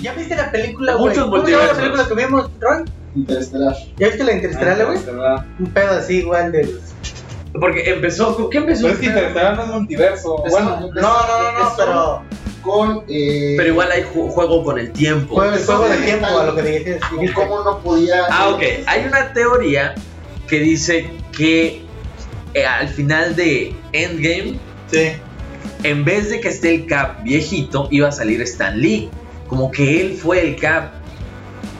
¿Ya viste la película, güey? Muchos ¿Cómo se llama la película multiversos. que vimos, Ron? Interestelar. ¿Ya viste la Interestelar, güey? Interestelar. Ah, Un pedo así igual de... Porque empezó. ¿Qué empezó? Pero Pues es que Interestelar no es multiverso. Es- Bueno, No, no, no, no, empezó pero... Con. eh, Pero igual hay ju- juego con el tiempo. Fue el empezó juego de de- tiempo a lo que dijiste. con ¿Cómo no podía.? Ah, ok. Hay una teoría que dice que eh, al final de Endgame, Sí. en vez de que esté el Cap viejito, iba a salir Stan Lee. Como que él fue el Cap,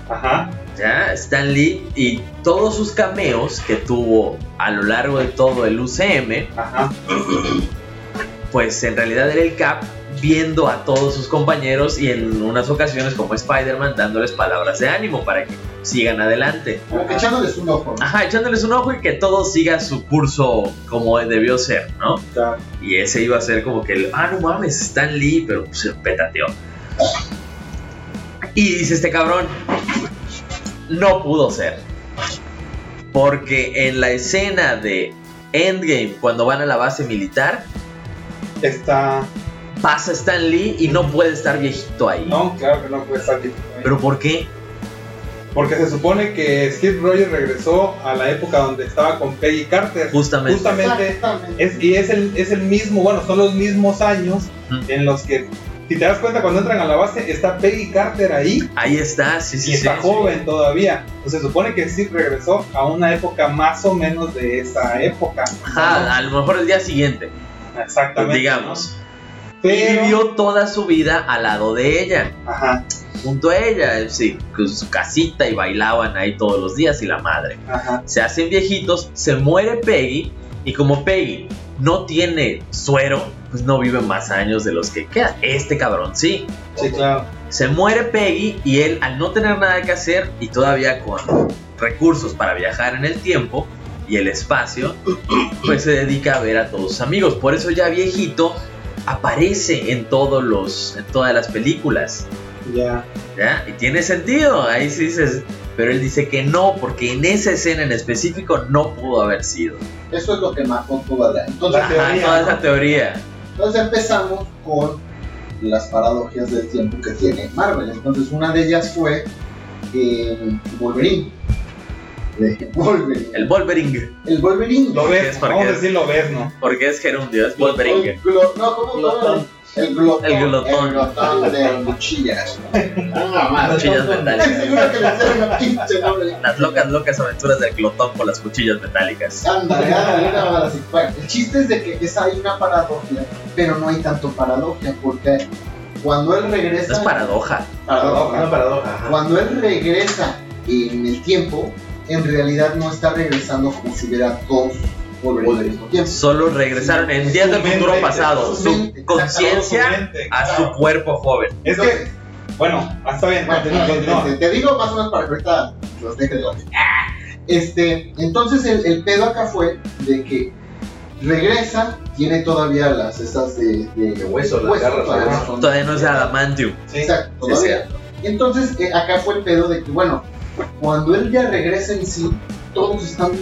Ajá. ¿ya? Stan Lee y todos sus cameos que tuvo a lo largo de todo el UCM, Ajá. pues en realidad era el Cap viendo a todos sus compañeros y en unas ocasiones como Spider-Man dándoles palabras de ánimo para que sigan adelante. Como que echándoles un ojo. ¿no? Ajá, echándoles un ojo y que todo siga su curso como debió ser, ¿no? Claro. Y ese iba a ser como que, el, ah, no mames, Stan Lee, pero pues, se petateó. Y dice este cabrón, no pudo ser. Porque en la escena de Endgame, cuando van a la base militar, Está. pasa Stan Lee y no puede estar viejito ahí. No, claro que no puede estar aquí. ¿Pero por qué? Porque se supone que Steve Rogers regresó a la época donde estaba con Peggy Carter. Justamente. Justamente. Es, y es el, es el mismo, bueno, son los mismos años Ujú. en los que, si te das cuenta, cuando entran a la base, está Peggy Carter ahí Ahí está, sí, sí, y está sí. joven todavía. Pues se supone que Steve regresó a una época más o menos de esa época. Ajá, a lo mejor el día siguiente, ¿no? Exactamente. digamos. ¿no? Y Pero, vivió toda su vida al lado de ella. Ajá, junto a ella, eh, sí, con su casita y bailaban ahí todos los días y la madre. ajá. Se hacen viejitos, se muere Peggy y como Peggy no tiene suero, pues no vive más años de los que queda. Este cabrón sí. Sí, claro. Se muere Peggy y él al no tener nada que hacer y todavía con recursos para viajar en el tiempo y el espacio, pues se dedica a ver a todos sus amigos. Por eso ya viejito aparece en todos los en todas las películas. Ya. ¿Ya? Y tiene sentido, ahí sí dices, pero él dice que no, porque en esa escena en específico no pudo haber sido. Eso es lo que más contuvo la. Entonces, La Ajá, teoría, toda ¿no? esa teoría. entonces empezamos con las paradojas del tiempo que tiene Marvel. Entonces una de ellas fue eh, Wolverine. Eh, Wolverine. El Wolverine, El Wolverine. Lo ¿Qué es? ves, ¿Por vamos qué a es? decir lo ves, ¿no? porque es gerundio, es Wolverine. El glo- no, ¿cómo Glotón. se llama? El glotón. El glotón. El glotón de cuchillas. Nada más. Cuchillas Estoy metálicas. seguro que le hicieron una pinche nombre. Las locas, locas aventuras del glotón con las cuchillas metálicas. Ándale, ándale, una bala así. Bueno, el chiste es de que es, hay una paradoja, pero no hay tanto paradoja, porque cuando él regresa. No es paradoja. paradoja. Una paradoja. ajá. Cuando él regresa en el tiempo, en realidad no está regresando como si hubiera dos Wolverine al mismo tiempo. Solo regresaron en días del futuro pasado. Su conciencia a su cuerpo joven. Es que, Entonces, bueno, está bien, bueno, continúa, te- continúa. te, te digo más o menos para que ahorita los deje de lado. Este, entonces el, el pedo acá fue de que regresa, tiene todavía las esas de, de, De hueso, las garras, todavía ¿no? no son- Todavía no es adamantium. Sí. Exacto, todavía. Entonces, eh, acá fue el pedo de que, bueno, cuando él ya regresa en sí, todos están.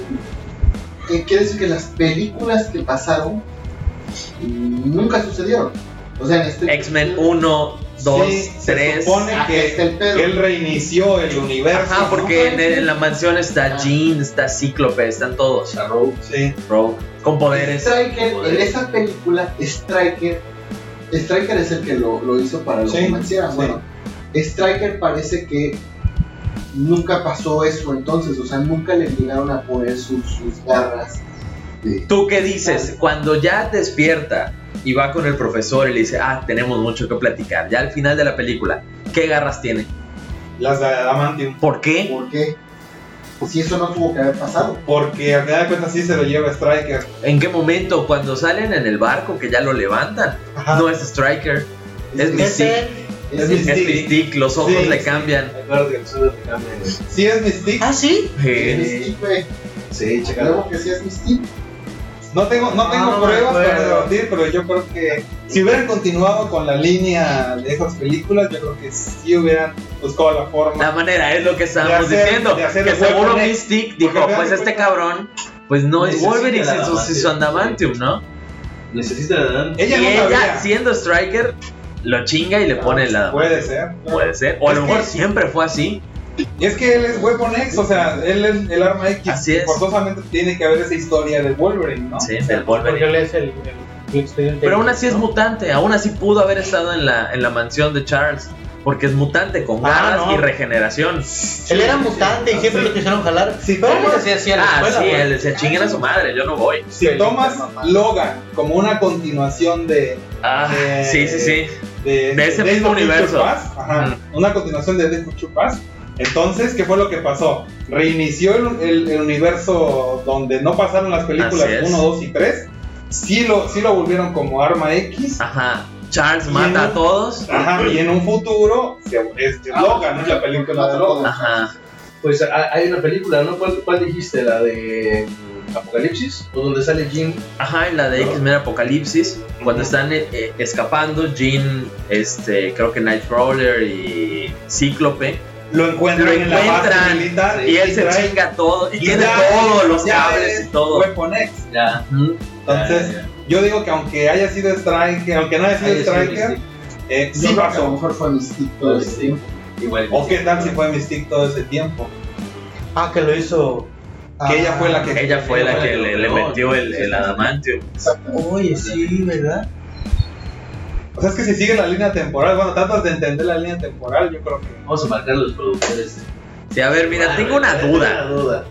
Eh, quiere decir que las películas que pasaron mm, nunca sucedieron. O sea, en este. X-Men 1, 2, Sí, se 3. supone Acá que está el pedo. Él reinició el universo. Ajá, porque en, ¿no? en la mansión está Jean, está Cíclope, están todos. La Rogue. Sí, Rogue, con poderes. Striker, en esa película, Striker. Striker es el que lo, lo hizo para lo Sí, convencieran. sí. Bueno, Striker parece que nunca pasó eso entonces. O sea, nunca le llegaron a poner sus, sus garras. de- ¿Tú qué dices? Cuando ya despierta y va con el profesor y le dice, ah, tenemos mucho que platicar, ya al final de la película, ¿qué garras tiene? las de Adamantium. ¿Por qué? ¿Por qué? Pues Si eso no tuvo que haber pasado. Porque al final de cuentas sí se lo lleva Striker. ¿En qué momento? Cuando salen en el barco que ya lo levantan, Ajá. no es Striker, es Mystique, es es Mystique. Mystique, los ojos Sí, le sí. cambian. Me acuerdo que los unos te cambian. güey. Sí es Mystique. ¿Ah, sí? Eh, Mystique. Sí, Creo chécalo. que sí es Mystique. No tengo, no tengo Ah, no me pruebas para acuerdo. debatir, pero yo creo que si hubieran continuado con la línea de esas películas, yo creo que sí hubieran buscado la forma. La manera es lo que estábamos De hacer- diciendo. de hacer Que el hueco seguro en el- Mystic porque dijo: vean Pues que este cuenta- cabrón, pues no es Necesita Wolverine, la es su, es su adamantium, adamantium. ¿no? Necesita la Y Ella no ella, sabía. siendo Striker, lo chinga y le pone la. Puede ser. Puede ser. O a lo Es mejor que- siempre fue así. Y es que él es Weapon X, o sea, él es el arma X. Así es. Forzosamente tiene que haber esa historia de Wolverine, ¿no? Sí, del Porque Wolverine. él es el, el expediente. Pero aún así es mutante. Aún así pudo haber estado en la, en la mansión de Charles. Porque es mutante con Ah, garras no. y regeneración. Él era mutante Ah, y siempre lo quisieron jalar. Si Pero él tomas, decía así a la Ah, escuela, sí, güey. él decía, chinguen a su madre, yo no voy. si tomas Logan como una continuación de. Ah, Eh, sí, sí, sí. De, De ese Days mismo of Future universo. Past, ajá, Una continuación de Death Future Past. Entonces, ¿qué fue lo que pasó? Reinició el, el- el universo donde no pasaron las películas Así es. 1, 2 y 3. Sí lo, sí lo volvieron como arma X. Ajá. Charles Y mata en- a todos. Ajá, y en un futuro, se- este, Ah, Logan es la película de Logan. Ajá. Pues ha- hay una película, ¿no? ¿Cuál, cuál dijiste? ¿La de mm, Apocalipsis? ¿O donde sale Jim? Ajá, en la de X-Men Apocalipsis, cuando están eh, eh, escapando, Jean, este, creo que Nightcrawler y Cíclope, Lo encuentran, Lo en la base encuentran, militar. y él se trae- chinga todo, y y tiene ya- todos los ya cables es y todo. Weapon X. Ya. Entonces, yo digo que aunque haya sido Striker, aunque no haya sido Haya sido Striker, eh, sí Yo creo que A lo pasó. mejor fue este. Mystique Pues todo ese tiempo. Igual. O qué tal si fue Mystique todo ese tiempo. Ah, que lo hizo. Ah, Que ella fue la que. Ella fue la que le, le No, metió el, el adamantium. Exactamente. Oye, sí, ¿verdad? O sea, es que si sigue la línea temporal, bueno, tratas de entender la línea temporal, yo creo que. Vamos a marcar los productores. Sí, a ver, mira, Ah, tengo una tengo duda. duda.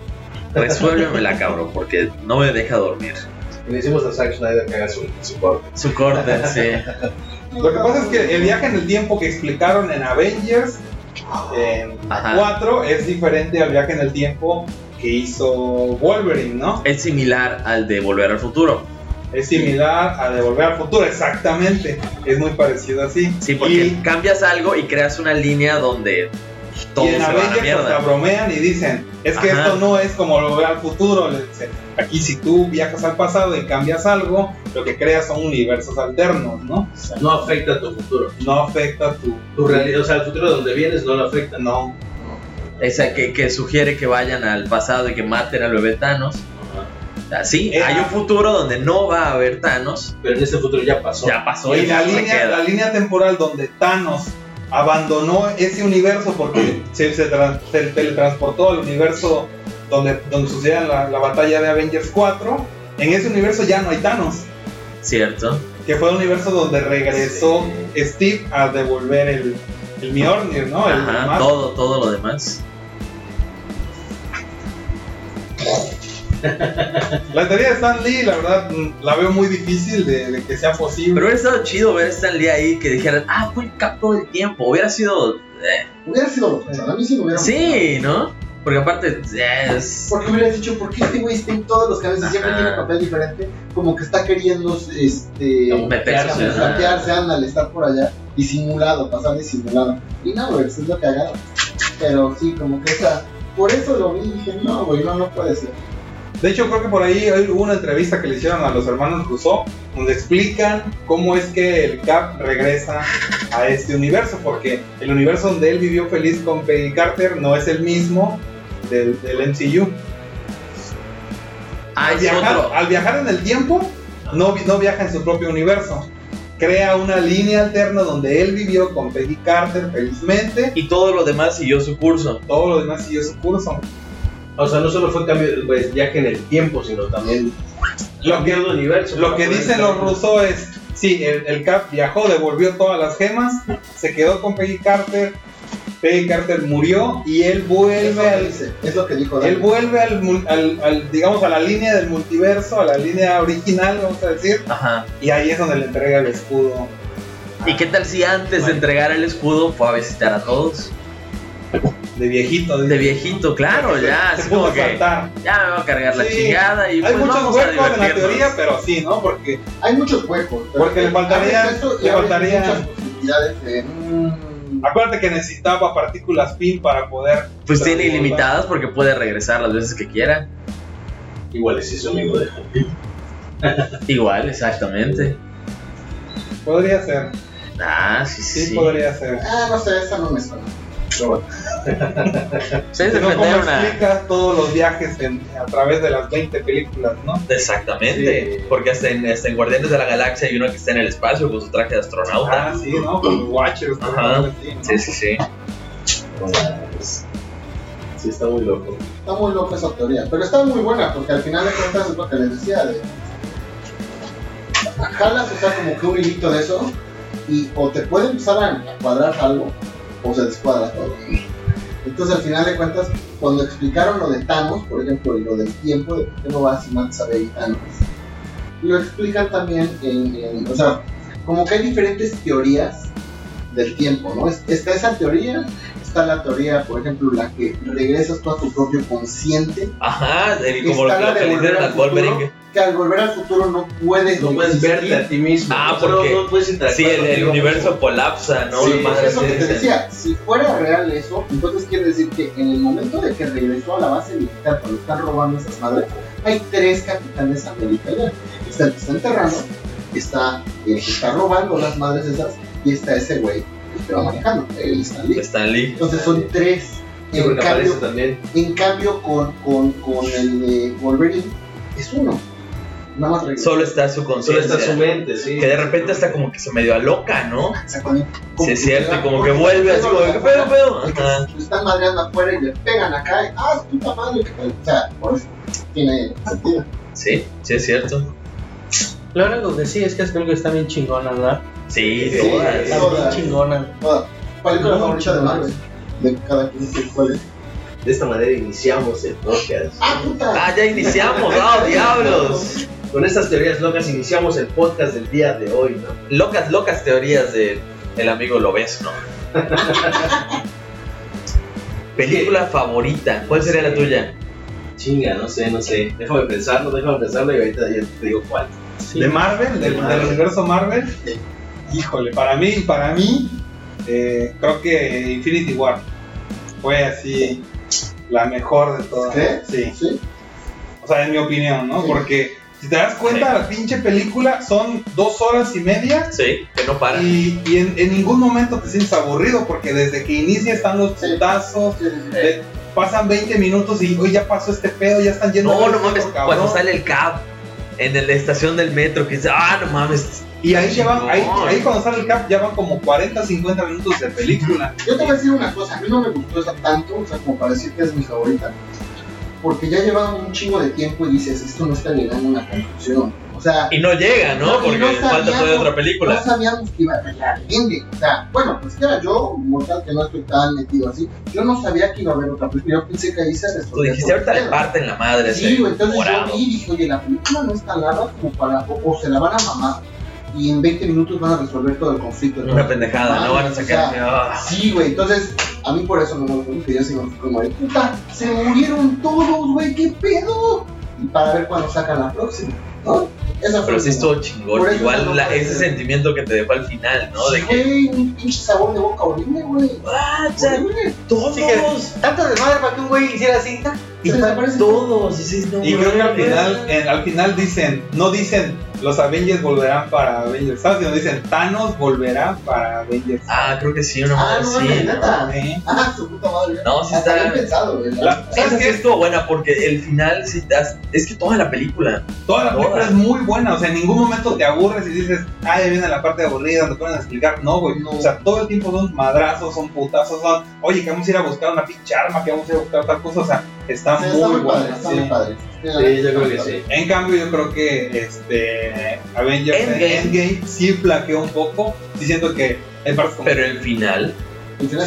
Resuélvemela, cabrón, porque no me deja dormir. Y Le decimos a Zack Snyder que haga su, su corte. Su corte, sí. Lo que pasa es que el viaje en el tiempo que explicaron en Avengers en Ajá. 4 es diferente al viaje en el tiempo que hizo Wolverine, ¿no? Es similar al de Volver al Futuro. Es similar a Devolver al Futuro, exactamente. Es muy parecido así. Sí, porque Y- cambias algo y creas una línea donde todo y se en va a la Avengers hasta mierda. bromean y dicen, es que Ajá. esto no es como lo ve al futuro. le dicen. Aquí si tú viajas al pasado y cambias algo, lo que creas son universos alternos, ¿no? No afecta a tu futuro. No afecta tu, Tu realidad, o sea, el futuro de donde vienes no lo afecta. No. Esa que, que sugiere que vayan al pasado y que maten al bebé Thanos. Así, Era- hay un futuro donde no va a haber Thanos. Pero en ese futuro ya pasó. Ya pasó y y la se línea, queda. la línea temporal donde Thanos abandonó ese universo porque se, se tra- se teletransportó al universo donde, donde sucede la, la batalla de Avengers 4, en ese universo ya no hay Thanos. ¿Cierto? que fue el universo donde regresó Steve a devolver el, el Mjolnir, ¿no? El Ajá, más- todo, todo lo demás. La teoría de Stan Lee, la verdad, mm, la veo muy difícil de, de que sea Pero posible. hubiera estado chido ver a Stan Lee ahí que dijeran, ah, fue el capto del tiempo. Hubiera sido. eh, Hubiera sido A mí sí me hubiera Sí, ¿no? Porque aparte, eh, es. Porque hubieras dicho, ¿por qué este güey está en todos los cabezas? Siempre Ajá. tiene papel diferente. Como que está queriendo, este. Meterse, cambiar, ajá. Plantearse, ándale, estar por allá. Disimulado, pasar disimulado. Y no, güey, eso es lo cagado. Pero sí, como que esa. Por eso lo vi y dije, no, güey, no, no puede ser. De hecho, creo que por ahí hoy hubo una entrevista que le hicieron a los hermanos Rousseau, donde explican cómo es que el Cap regresa a este universo, porque el universo donde él vivió feliz con Peggy Carter no es el mismo del, del MCU. Ah, Al es viajar, otro. al viajar en el tiempo, no, vi- no viaja en su propio universo. Crea una línea alterna donde él vivió con Peggy Carter felizmente. Y todo lo demás siguió su curso. Todo lo demás siguió su curso. O sea, no solo fue cambio pues, viaje en el tiempo, sino también Lo cambiar que, de universo. lo que dicen los rusos es: sí, el, el Cap viajó, devolvió todas las gemas, se quedó con Peggy Carter. Peggy Carter murió y él Es lo vuelve que al. dice, es lo que dijo Él Dani. vuelve al, mul- al- al, digamos, a la línea del multiverso, a la línea original, vamos a decir, Ajá. y ahí es donde le entrega el escudo ¿Y qué tal si antes de entregar el escudo fue a visitar a todos? de viejito. De dice. viejito, claro, Se- ya, se así pudo como que Este, saltar. ya me va a cargar la Sí, chingada y Hay pues muchos vamos a huecos en la divertirnos. teoría, pero sí, ¿no? Porque Hay muchos huecos. pero Porque le faltaría- abres eso y le abres faltaría- Muchas posibilidades de. mm, acuérdate que necesitaba partículas pin para poder. Pues tiene Pero- ilimitadas porque puede regresar las veces que quiera. Igual es eso, amigo. De... Igual, exactamente. Podría ser, Ah, sí, sí. sí, sí. podría ser. Ah, no sé, esa no me suena. Ustedes no como defendieron a. explica todos los viajes en- a través de las 20 películas, ¿no? Exactamente, Sí. porque hasta en, hasta en Guardianes de la Galaxia hay uno que está en el espacio con su traje de astronauta. Ah, sí, ¿no? Con los Watchers. Ajá. cosas así, ¿no? Sí, sí, sí. Sí, está muy loco. Está muy loca esa teoría, pero está muy buena porque al final de cuentas es lo que les decía. De... Jalas, o sea, como que un hilito de eso y o te puede empezar a a cuadrar algo o se descuadra todo. Entonces al final de cuentas, cuando explicaron lo de Thanos, por ejemplo, y lo del tiempo, de por qué no va si matas a Baby Thanos, lo explican también en, en- o sea, como que hay diferentes teorías del tiempo, ¿no? Es- Está esa teoría está la teoría, por ejemplo, la que regresas tú a tu propio consciente. Ajá, y como lo está que lo que la de le volver hicieron al al futuro, Wolverine. que al volver al futuro no puedes, No puedes verte a ti mismo. Ah, O sea, porque- no, no puedes interactuar Sí, el, el contigo universo colapsa, ¿no? Sí, Lo más eso que te reciente. decía, si fuera real eso, entonces quiere decir que en el momento de que regresó a la base militar cuando están robando esas madres, hay tres capitanes americanos. Está el que está enterrando, está el que está robando las madres esas, y está ese güey que te va manejando, el Stan Lee. Stan Lee. Entonces son tres. Sí, en porque cambio, aparece también. En cambio, con, con, con el de Wolverine, es uno. Nada más regresó. Solo está su Solo está su conciencia. mente, sí. Que de repente está como que se medio aloca, ¿no? O sea, como- Sí, es cierto, y como que porque vuelve así luego como, lo ¿qué pedo, pedo? afuera, Ajá. Lo están madreando afuera y le pegan acá. Y, ah, puta madre. que tal". O sea, por eso tiene sentido. Sí, sí es cierto. Lo único que sí es que las películas están bien chingonas, ¿verdad? Sí, Sí, todas. Están bien chingonas. Toda. ¿Cuál es la No, favorita de chingón. Marvel? De cada quien que cuál De esta manera iniciamos el podcast. Ah, puta. Ah, ya iniciamos, ah, diablos. Con estas teorías locas iniciamos el podcast del día de hoy, ¿no? Locas, locas teorías de el amigo Lobesno. Película favorita, ¿cuál sería la tuya? Chinga, no sé, no sé. Déjame pensarlo, déjame pensarlo y ahorita yo te digo cuál. Sí. De Marvel, del, De Marvel. del universo Marvel. Híjole, para mí, para mí, eh, creo que Infinity War fue así la mejor de todas. ¿Qué? Sí. Sí. O sea, en mi opinión, ¿no? Sí. Porque si te das cuenta, la pinche película son dos horas y media. Sí, que no para. Y, y en, en ningún momento te sientes aburrido porque desde que inicia están los Sí. putazos, Sí, sí, sí. de- pasan 20 minutos y "Uy, ya pasó este pedo, ya están yendo No, al no otro, mames, cabrón". cuando sale el cab en el- la estación del metro, que dice, ah, no mames. Y ahí llevan, ahí, Chingón. ahí cuando sale el cap ya van como 40, 50 minutos de película. Yo te voy a decir una cosa, a mí no me gustó esa tanto, o sea, como para decir que es mi favorita, porque ya llevaba un chingo de tiempo y dices, esto no está llegando a una conclusión. O sea, Y no llega, ¿no? No, Porque y no falta sabíamos- todavía otra no película. sabíamos que iba a llegar el ending. O sea, bueno, pues que era yo, mortal que no estoy tan metido así, yo no sabía que iba a haber otra película, yo pensé que ahí se resolvía. Tú dijiste, todo ahorita el le pedo". parten la madre. a Sí, ese güey, entonces morado". yo vi y dije, oye, la película no es tan larga como para, o, o se la van a mamar y en 20 minutos van a resolver todo el conflicto. Una pendejada, no van a sacar. ah. Sí, güey, entonces a mí por eso no me gusta que yo sigo como de puta, se murieron todos, güey, qué pedo. Y para ver cuándo sacan la próxima, ¿no? Esa Pero fue sí como, estuvo chingón. Por eso Igual no la- puede ese ser. sentimiento que te dejó al final, ¿no? De que. Güey, un pinche sabor de boca horrible, güey. ¡Ah, ya, horrible. todos! Sí que- Tanto desmadre para que un güey hiciera así, ¿no? Se desaparece. Todos. ese es- no Y creo que al mames. final, en- al final dicen, no dicen los Avengers volverán para Avengers, ¿sabes? Sino dicen Thanos volverá para Avengers. Ah, creo que sí, una Ah, madre no, sí. mames, neta. ¿eh? Ah, su puta madre. No, sí Hasta bien está. pensado, güey. La- ¿Sabes Esa sí qué? estuvo buena porque el final sí das- es que toda la película. Toda la película Toda. es muy buena, o sea, en ningún momento te aburres y dices, ah, ya viene la parte aburrida, donde pueden explicar. No, güey, No. o sea, todo el tiempo son madrazos, son putazos, son, oye, que vamos a ir a buscar una pinche arma, que vamos a ir a buscar tal cosa, o sea, está Sí, está muy muy padre, buena. está sí. muy padre. Sí, yo creo que sí. En cambio, yo creo que este Avengers Endgame. Endgame, sí flaqueó un poco, sí siento que el parte como- Pero el final.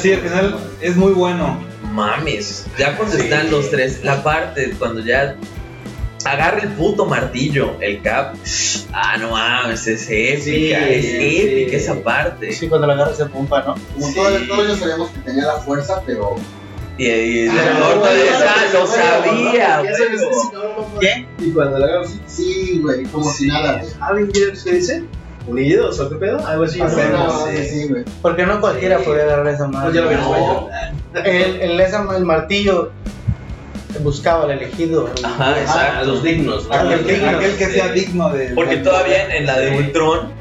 Sí, al final es muy bueno. Mames, ya cuando están los tres, la parte cuando ya agarra el puto martillo, el cap. Ah, no mames, es épica, Sí, es épica sí. esa parte. Sí, cuando la agarras se pompa, ¿no? Como Sí. todos, todos ya sabíamos que tenía la fuerza, pero. Y, y el Ah, doctor güey, de no, esa pero lo se fue, sabía, ¿no? Ya sabes, güey. sí, no, no, no. ¿Qué? Y cuando le hagas Sí, güey, como si nada, güey. Avengers, ¿qué dice? ¿Unidos o qué pedo? Algo así. Hacemos, No, sí. sí, güey. Porque no cualquiera podía agarrar esa No, Pues madre. yo lo vi en No. español. El, el, esa- el martillo buscaba al elegido. el- Ajá, Ah, A los exacto. dignos. ¿no? Aquel que, Dignos, aquel que sí. sea digno de. Porque todavía en, en la de Sí. Ultron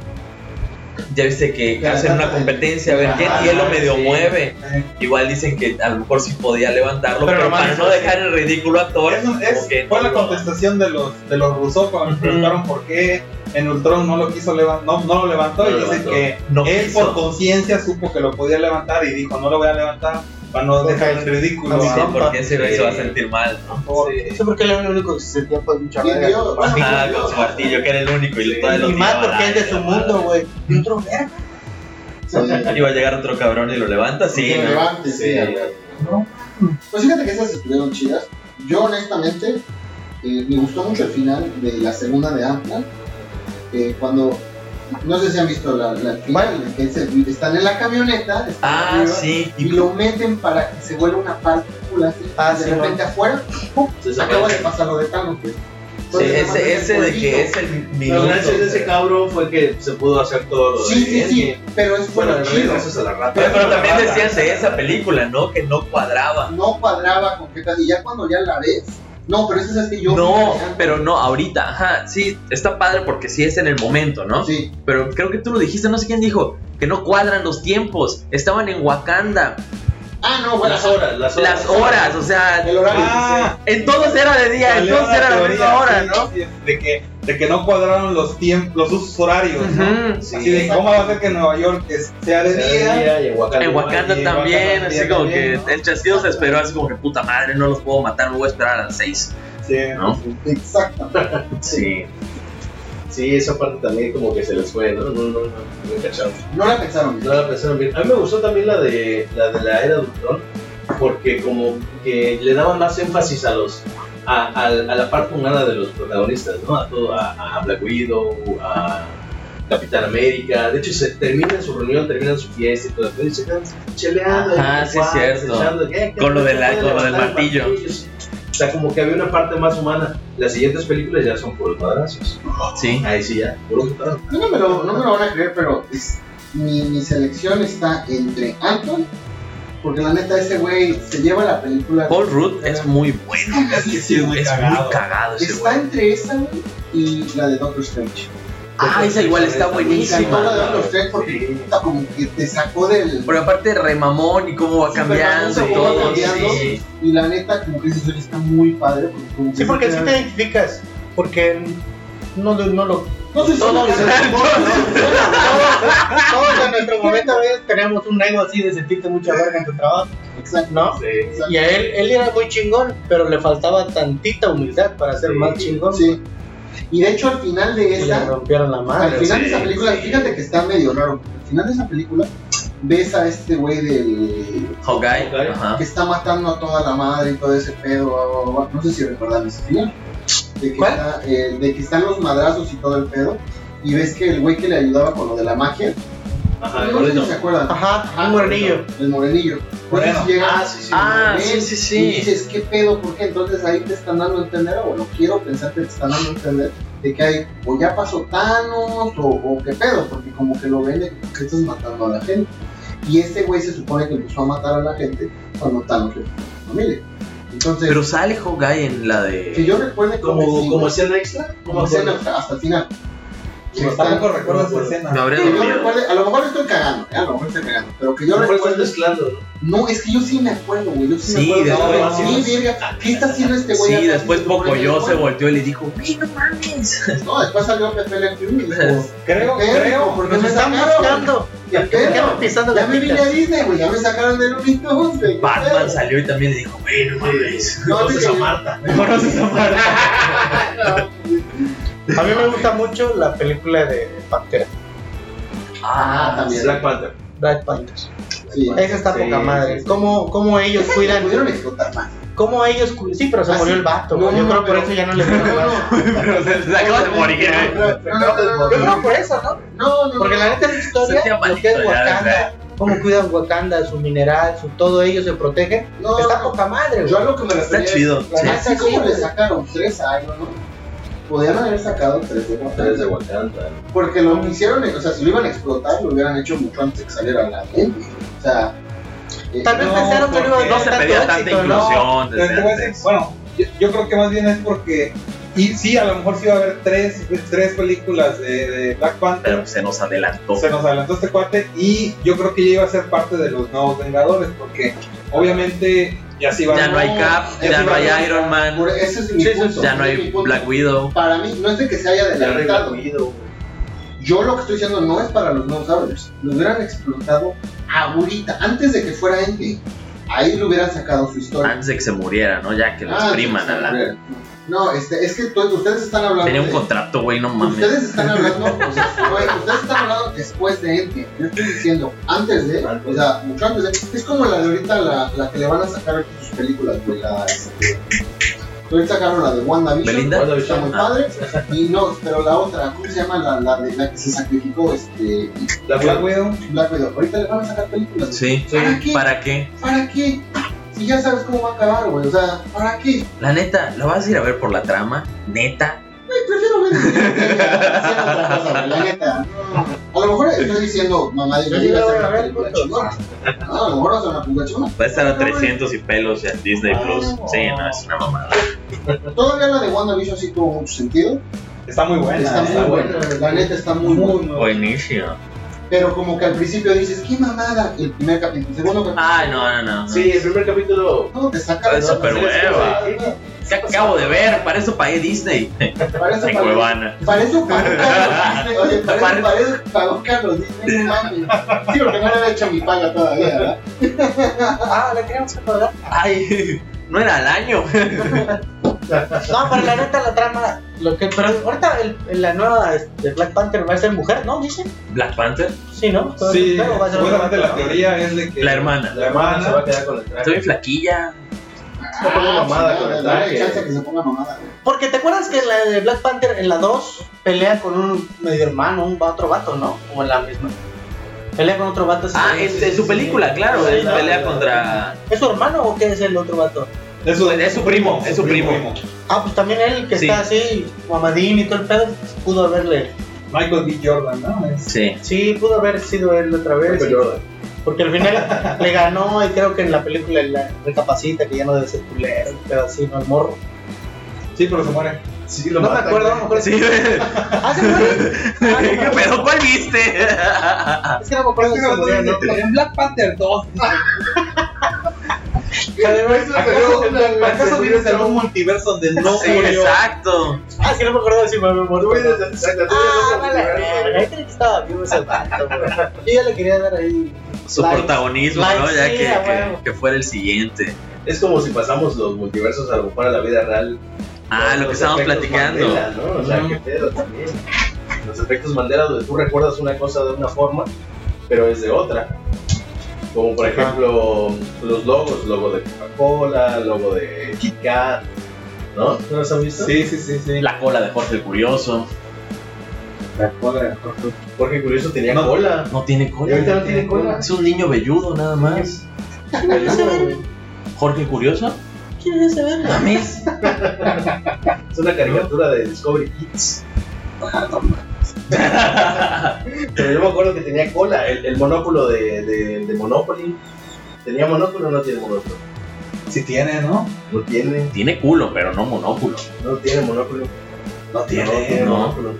ya viste que Ya, hacen una ajá, competencia a ver quién ajá, y él lo medio sí. mueve. Eh, Igual dicen que a lo mejor sí podía levantarlo, Pero pero, nomás para hizo no así. dejar el ridículo actor. es un- es- como que fue la no- contestación de los de los rusos cuando Ujú. me preguntaron por qué en Ultron no lo quiso levantar, no, no lo levantó No y lo dice levantó. que no él quiso. por conciencia supo que lo podía levantar y dijo no lo voy a levantar para no dejar el ridículo. Sí, a Rampa". porque ese güey se va a Sí. sentir mal, ¿no? Por- Eso porque él era el único que se sentía pues mucha ¿Quién verga. vio? Bueno, Ah, pues, con su martillo, que era el único. Y Sí. todavía lo Y más tiraba porque al es de su aire, mundo, güey. Y otro verga. sí. Iba a llegar otro cabrón y lo levanta, sí. Que ¿no? levante, sí, Sí. a huevo, ¿no? Pues fíjate que esas estuvieron chidas. Yo honestamente eh, me gustó mucho el final de la segunda de Ant-Man. eh, cuando no sé si han visto la, la el final, en el que se- están en la camioneta están Ah, arriba, sí. y lo meten para que se vuelva una partícula así, Ah, y de sí, repente afuera Se acaba de desaparece. pasar lo de Thanos pues. Sí, Entonces, nada más ese, el ese de fueguito. que es el Pero minuto. gracias a ese cabrón fue que se pudo hacer todo lo de sí sí sí Endgame. pero es Bueno, bueno en realidad chido gracias a la rata. Pero, pero también decías de esa película, ¿no? Que no cuadraba. no cuadraba con qué tal y ya cuando ya la ves no pero esa es que yo No, pero no, ahorita, ajá, sí, está padre porque sí es en el momento, ¿no? sí Pero creo que tú lo dijiste, no sé quién dijo, que no cuadran los tiempos, estaban en Wakanda, Ah, no, bueno, Las horas, las horas. las horas, o sea, El horario. Ah, en todos era de día, en salió todos una era la teoría, misma hora, sí, ¿no? sí, De que, de que no cuadraron los tiempos, los usos horarios, ¿no? Ujú. Sí. Así de cómo va a ser que Nueva York es- sea de Ese día. día y en Wakanda. En Wakanda Y en también, Wakanda así también, como que también, ¿no? el chasquido se esperó así como que puta madre, no los puedo matar, me voy a esperar a las 6. Sí, ¿No? sí. Exacto. Sí. Sí, esa parte también como que se les fue, ¿no? No, no, no, no cacharon. No la pensaron. No la pensaron bien. A mí me gustó también la de la, de la era de Ultron, porque como que le daban más énfasis a los a, a- a la parte humana de los protagonistas, ¿no? A todo, a, a Black Widow, a Capitán América. De hecho, se termina su reunión, termina su fiesta y todo eso, y se quedan cheleando. Ajá, y sí es compadres, cierto. echando, ¿qué? ¿Qué? Con lo ¿Qué de la- puede con lo del levantar el martillo. sí. O sea, como que había una parte más humana. Las siguientes películas ya son puros madrazos. Sí. Ahí sí ya, puro putazo. No, me lo, no me lo van a creer, pero es- mi, mi selección está entre Anton, porque la neta ese güey se lleva la película. Paul Rudd es muy bueno. Es que sí, es muy es cagado. muy cagado ese Está güey. entre esa güey, y la de Doctor Strange. Ah, esa igual está Me encantó la buenísima. de Doctor Strange porque puta, como que te sacó del. Pero aparte remamón y cómo va Sí, pero cambiando y vamos a todo. cambiando. sí. Y la neta, como que ese güey está muy padre. Porque como que Sí, porque se sí queda- te identificas. Porque no, lo- no lo. No sé si Todos, se la- todos en nuestro momento a veces tenemos un ego así de sentirte mucha verga en tu trabajo, Exacto. ¿no? Sí. Y a él, él era muy chingón, pero le faltaba tantita humildad para ser Sí. más chingón. Sí. Y de hecho, al final de Y le esa. rompieron la Al madre. final sí, de esa película, sí. fíjate que está medio raro. Al final de esa película, ves a este güey del. Hawkeye. Hawkeye. Ajá. que está matando a toda la madre y todo ese pedo. bla, bla, bla, bla. No sé si recuerdan ese final. De que, ¿Cuál? está, eh, de que están los madrazos y todo el pedo. Y ves que el güey que le ayudaba con lo de la magia. Ah, Ajá, no sé igualito. si se acuerdan. Ajá, Ah, un morenillo. El morenillo. Entonces Moreno. llega- Ah, sí, sí. Ah, ves sí, sí, Y sí. dices, ¿qué pedo? ¿Por qué? Entonces ahí te están dando a entender, o bueno, quiero pensar que te están dando a entender, de que hay, o ya pasó Thanos, o, o qué pedo, porque como que lo ven, de que estás matando a la gente. Y este güey se supone que empezó a matar a la gente cuando Thanos le puso a su familia. Entonces, Pero sale Hawkeye en la que de. yo recuerde como, como, como escena extra, como escena hasta, hasta el final. Que Pero está- Pues tampoco recuerdo no, esa escena. Me habré que yo dormido. recuerde- a lo mejor estoy cagando, ¿eh? a lo mejor estoy cagando, pero que yo Mejor estás recuerde, mezclando, ¿no? no, es que yo sí me acuerdo, güey, yo sí, Sí, me acuerdo, después- no, ni verga, ¿qué está haciendo este güey? Sí, acá? después Se supone que Pocoyo es se bueno. volteó y le dijo, "Güey, no mames. No, después salió Pepe Le Pew y dijo, Creo, "Qué rico, creo. porque Nos me están sacaron. buscando. Ya Nos están pisando Ya la me vine a pita. Disney, güey, ya me sacaron del Unitos, güey. ¿qué Batman pedo?". salió y también le dijo, güey, no mames. No, Entonces sí, a sí. Marta. Conoces a Mara. A mí me gusta mucho la película de Pantera, Ah, también. Black Panther. Black Panther. Sí. Esa está Sí, poca madre. sí, sí. ¿Cómo, cómo ellos Cuidan, cuidan? pudieron explotar más. ¿Cómo ellos cuidan? Sí, pero se Ah, murió sí. el vato. No, güey. Yo no, creo por pero- eso ya no le dieron nada. Pero se, se acaba de morir, eh. güey. No, no, no, no, no, Yo creo por eso, ¿no? no, no, Porque no. la neta de la Sentía historia, lo que es malito, ya, Wakanda, cómo cuidan Wakanda, su mineral, su todo ello se protege. No, Está no. poca madre, Yo a güey. lo que me refería Está es, chido. la Sí. neta, Así Sí, como güey. le sacaron tres a Iron Man, podían haber sacado tres de Wakanda. Tres de Wakanda. Porque lo que hicieron, o sea, si lo iban a explotar, lo hubieran hecho mucho antes de que saliera la gente. O sea, eh, Tal vez No, pensaron que no iba a porque No se tener pedía tanto tanta éxito, ¿no? inclusión Pero desde te voy a decir, antes. Bueno, yo, yo creo que más bien es porque Y sí, a lo mejor sí va a haber tres, tres películas de, de Black Panther. Pero se nos adelantó. Se nos adelantó este cuate y yo creo que ya iba a ser parte de los nuevos Vengadores porque obviamente ya sí va Ya no hay Cap, ya ya sí no va- hay Iron Man, Ah, Por- Ese es mi Sí, sí, punto. ya no ese es mi hay punto. Black Widow. Para mí, no es de que se haya Ya adelantado. recogido, güey. Yo lo que estoy diciendo no es para los nuevos Avengers. Lo hubieran explotado ahorita, antes de que fuera Endgame. Ahí lo hubieran sacado su historia. Antes de que se muriera, ¿no? Ya que lo Ah, expriman sí, a la. sí, No, este, es que tú- ustedes están hablando. Tenía un de- contrato, güey, no mames. Ustedes están hablando, o sea, güey, ustedes están hablando después de Endgame. Yo estoy diciendo antes de, o sea, mucho antes de. Es como la de ahorita, la, la que le van a sacar sus películas, güey. La, este, ahorita sacaron la de WandaVision. ¿Belinda? que Está muy Ah. padre. Y no, pero la otra, ¿cómo se llama? La, la, de- la que se sacrificó, este, La Black Widow. Black Widow. Ahorita le van a sacar películas. güey. Sí. ¿Para qué? ¿Para qué? ¿Para qué? Si ya sabes cómo va a acabar, güey. O sea, ¿para qué? La neta, ¿la vas a ir a ver por la trama? Neta. Ay, prefiero ver el video que hacer otra cosa, güey, la neta. No. A lo mejor estoy diciendo, mamá, yo llegué a hacer una película chingona. No, a lo mejor vas a hacer una película chingona. Va a estar a No, güey. 300 y pelos en Disney Ah, Plus. no. Sí, no, es una mamada. Todavía la de WandaVision sí tuvo mucho sentido. Está muy buena. Está ¿eh? muy buena, la neta está muy buena. Buenísimo. Pero como que al principio dices, qué mamada, el primer capítulo, el segundo capítulo. Ay, no, no, no. Sí, el primer capítulo. No, te saca de Eso, onda, pero ¿sabes qué? hueva. ¿Qué acabo de ver? Para eso pagué Disney. Para eso En pagó- Cuevana. Para eso pagó Carlos Disney, oye, para eso- para eso pagó Carlos Disney, no mames. Sí, porque no le había hecho mi paga todavía, ¿verdad? Ah, la queríamos acordar. Ay, no era el año. No, pero la neta, la trama. Lo que, pero ahorita el- la nueva este, Black Panther va a ser mujer, ¿no? Dicen. Black Panther, Sí, ¿no? Todo Sí, ese pedo va a ser seguramente mujer, la ¿no? teoría es de que la hermana. La hermana se va a quedar con el Estoy traje. bien flaquilla. Se pone Ah, mamada con el Dale chance traje. que se ponga mamada. güey. Porque te acuerdas que en la de Black Panther, en la 2, pelea con un medio hermano, un va- otro vato, ¿no? O en la misma. Pelea con otro vato. ese Ah, güey. es, es su película, claro. Sí, Es no. pelea contra. ¿Es su hermano o qué es el otro vato? es su, es su primo, es su primo. Ah, pues también él, que Sí. está así, mamadín y todo el pedo, pudo haberle. Michael B. Jordan, ¿no? Es- Sí. Sí, pudo haber sido él otra vez. Michael Jordan. Porque al final le ganó y creo que en la película la recapacita que ya no debe ser culero, pero así, no el morro. Sí, pero se muere. Sí, No lo me matan. acuerdo, no me acuerdo. Sí. Ah, se muere. Ah, no, ¿Qué pedo? ¿Cuál viste? Ah, Es que no me acuerdo si se murió, ¿no? En Black Panther 2. Pero, ¿Acaso vienes de algún multiverso donde no Sí, murió? exacto. Ah, es que no me acuerdo si me murió. Tú eres el- la- la- Ah, la- vale, verga. Yo creo que estaba vivo ese vato, güey. Yo ya le quería dar ahí. Su Like, protagonismo, like, ¿no? Ya sí, que, a que- huevo. que fuera el siguiente. Es como si pasamos los multiversos a lo mejor a la vida real. Ah, lo que Los estábamos efectos platicando. Mandela, ¿no? O sea, Ujú. qué pedo también. Los efectos Mandela donde tú recuerdas una cosa de una forma, pero es de otra. Como por ejemplo los logos, logo de Coca-Cola, logo de Kit Kat, ¿no? ¿No los han visto? Sí, sí, sí, sí. La cola de Jorge el Curioso. La cola de Jorge. Porque curioso tenía No. cola. No tiene Y cola. ahorita no tiene cola. Es un niño velludo, nada más. Jorge el Curioso. ¿Quién es ese verga? Mames. Es una caricatura de Discovery Kids. Pero yo me acuerdo que tenía cola, el, el monóculo de, de, de Monopoly. ¿Tenía monóculo o no tiene monóculo? Sí tiene, ¿no? No tiene, Tiene culo, pero no monóculo. no tiene monóculo. No no. monóculo.